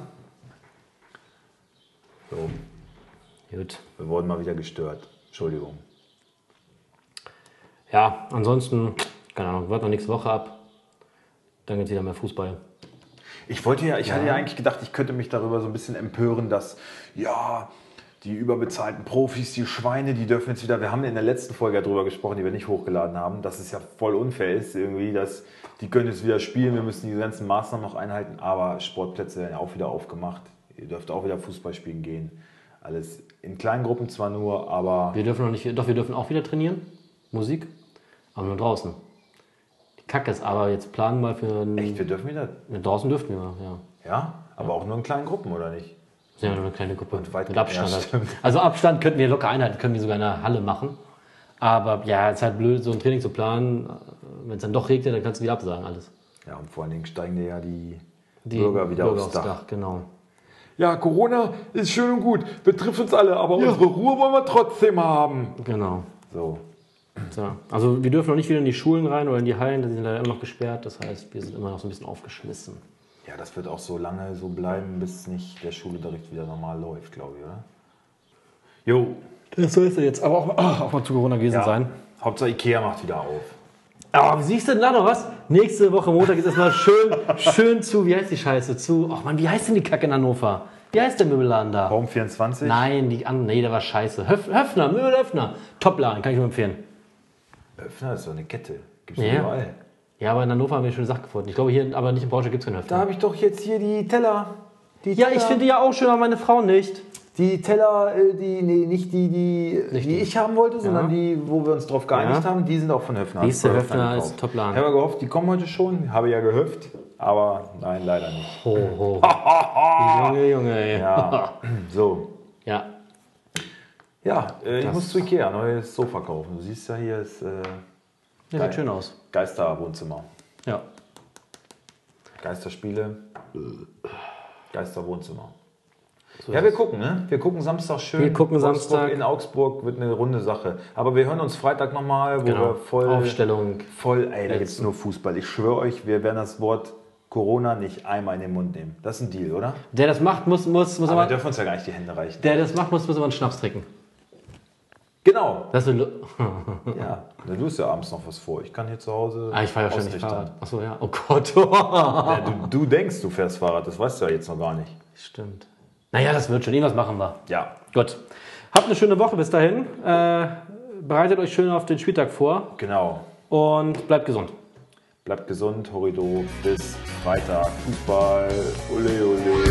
So, Gut. wir wurden mal wieder gestört. Entschuldigung. Ja, ansonsten, keine Ahnung, warten wir nächste Woche ab. Dann geht es wieder mehr Fußball. Ich wollte ja, ich hatte ja eigentlich gedacht, ich könnte mich darüber so ein bisschen empören, dass ja, die überbezahlten Profis, die Schweine, die dürfen jetzt wieder. Wir haben in der letzten Folge ja drüber gesprochen, die wir nicht hochgeladen haben, dass es ja voll unfair ist irgendwie, dass die können jetzt wieder spielen, wir müssen die ganzen Maßnahmen noch einhalten, aber Sportplätze werden ja auch wieder aufgemacht. Ihr dürft auch wieder Fußball spielen gehen. Alles in kleinen Gruppen zwar nur, aber Wir dürfen noch nicht, doch wir dürfen auch wieder trainieren. Musik, aber nur draußen. Die Kacke ist aber jetzt planen mal für ne, echt, wir dürfen wieder. draußen dürften wir, ja. Ja, aber auch nur in kleinen Gruppen, oder nicht? Sind ja nur eine kleine Gruppe weit- mit Abstand. ja, halt. stimmt. [LAUGHS] also Abstand könnten wir locker einhalten, können wir sogar in der Halle machen. Aber ja, es ist halt blöd, so ein Training zu planen. Wenn es dann doch regnet, dann kannst du wieder absagen alles. Ja, und vor allen Dingen steigen dir ja die, Die Bürger wieder aufs Dach. Genau. Ja, Corona ist schön und gut, betrifft uns alle, aber unsere Ruhe wollen wir trotzdem haben. genau. So, So. Also wir dürfen noch nicht wieder in die Schulen rein oder in die Hallen, die sind leider immer noch gesperrt. Das heißt, wir sind immer noch so ein bisschen aufgeschmissen. Ja, das wird auch so lange so bleiben, bis nicht der Schulunterricht wieder normal läuft, glaube ich, oder? Jo, Das soll es ja jetzt aber auch, ah, auch mal zu Corona gewesen ja. sein. Hauptsache Ikea macht wieder auf. Aber wie siehst du denn da noch was? Nächste Woche Montag ist erstmal [LAUGHS] schön, schön zu, wie heißt die Scheiße? Zu, ach man, wie heißt denn die Kacke in Hannover? Wie heißt der Möbelladen da? Raum 24? Nein, die andere, nee, der war scheiße. Höf, Höfner, Möbel Höfner. Topladen, kann ich nur empfehlen. Öffner ist so eine Kette. Gibt's Ja. überall. Ja, aber in Hannover haben wir schöne Sachen gefunden. Ich glaube, hier, aber nicht in Braunschweig gibt es keinen Da Höfner. habe ich doch jetzt hier die Teller. Die Ja, Teller. ich finde ja auch schön, aber meine Frau nicht. Die Teller, äh, die, nee, nicht die, die, Nicht die die. ich haben wollte, sondern die, wo wir uns drauf geeinigt Ja. haben, die sind auch von Höfner. Die ist der Von Höfner gekauft. ist Topladen. Ich habe ja gehofft, die kommen heute schon. Habe ja gehüpft, aber nein, leider nicht. Ho, ho. [LAUGHS] Junge, Junge, ey. Ja. so. ja. Ja, äh, ich muss zu Ikea, neues Sofa kaufen. Du siehst ja hier, ist äh, Ja, Geil. sieht schön aus. Geisterwohnzimmer. Ja. Geisterspiele. Geisterwohnzimmer. So ja, ist wir es. gucken, ne? Wir gucken Samstag schön. Wir gucken Wolfsburg Samstag. In Augsburg wird eine runde Sache. Aber wir hören uns Freitag nochmal, wo Genau. wir voll. Aufstellung. Voll, ey, da Jetzt. gibt es nur Fußball. Ich schwöre euch, wir werden das Wort Corona nicht einmal in den Mund nehmen. Das ist ein Deal, oder? Der das macht, muss, muss, muss Aber aber. wir dürfen uns ja gar nicht die Hände reichen. der das macht, muss, muss aber einen Schnaps trinken. Genau. Das ist eine Lu- [LAUGHS] Ja. Na, du hast ja abends noch was vor. Ich kann hier zu Hause. Ah, ich fahre ja schon nicht ausrichten. Fahrrad. Achso, ja. Oh Gott. [LAUGHS] Ja, du, du denkst, du fährst Fahrrad. Das weißt du ja jetzt noch gar nicht. Stimmt. Naja, das wird schon. Irgendwas machen wir. Ja. Gut. Habt eine schöne Woche bis dahin. Äh, bereitet euch schön auf den Spieltag vor Genau. und bleibt gesund. Bleibt gesund, Horridor. Bis Freitag. Fußball. Ole, ole.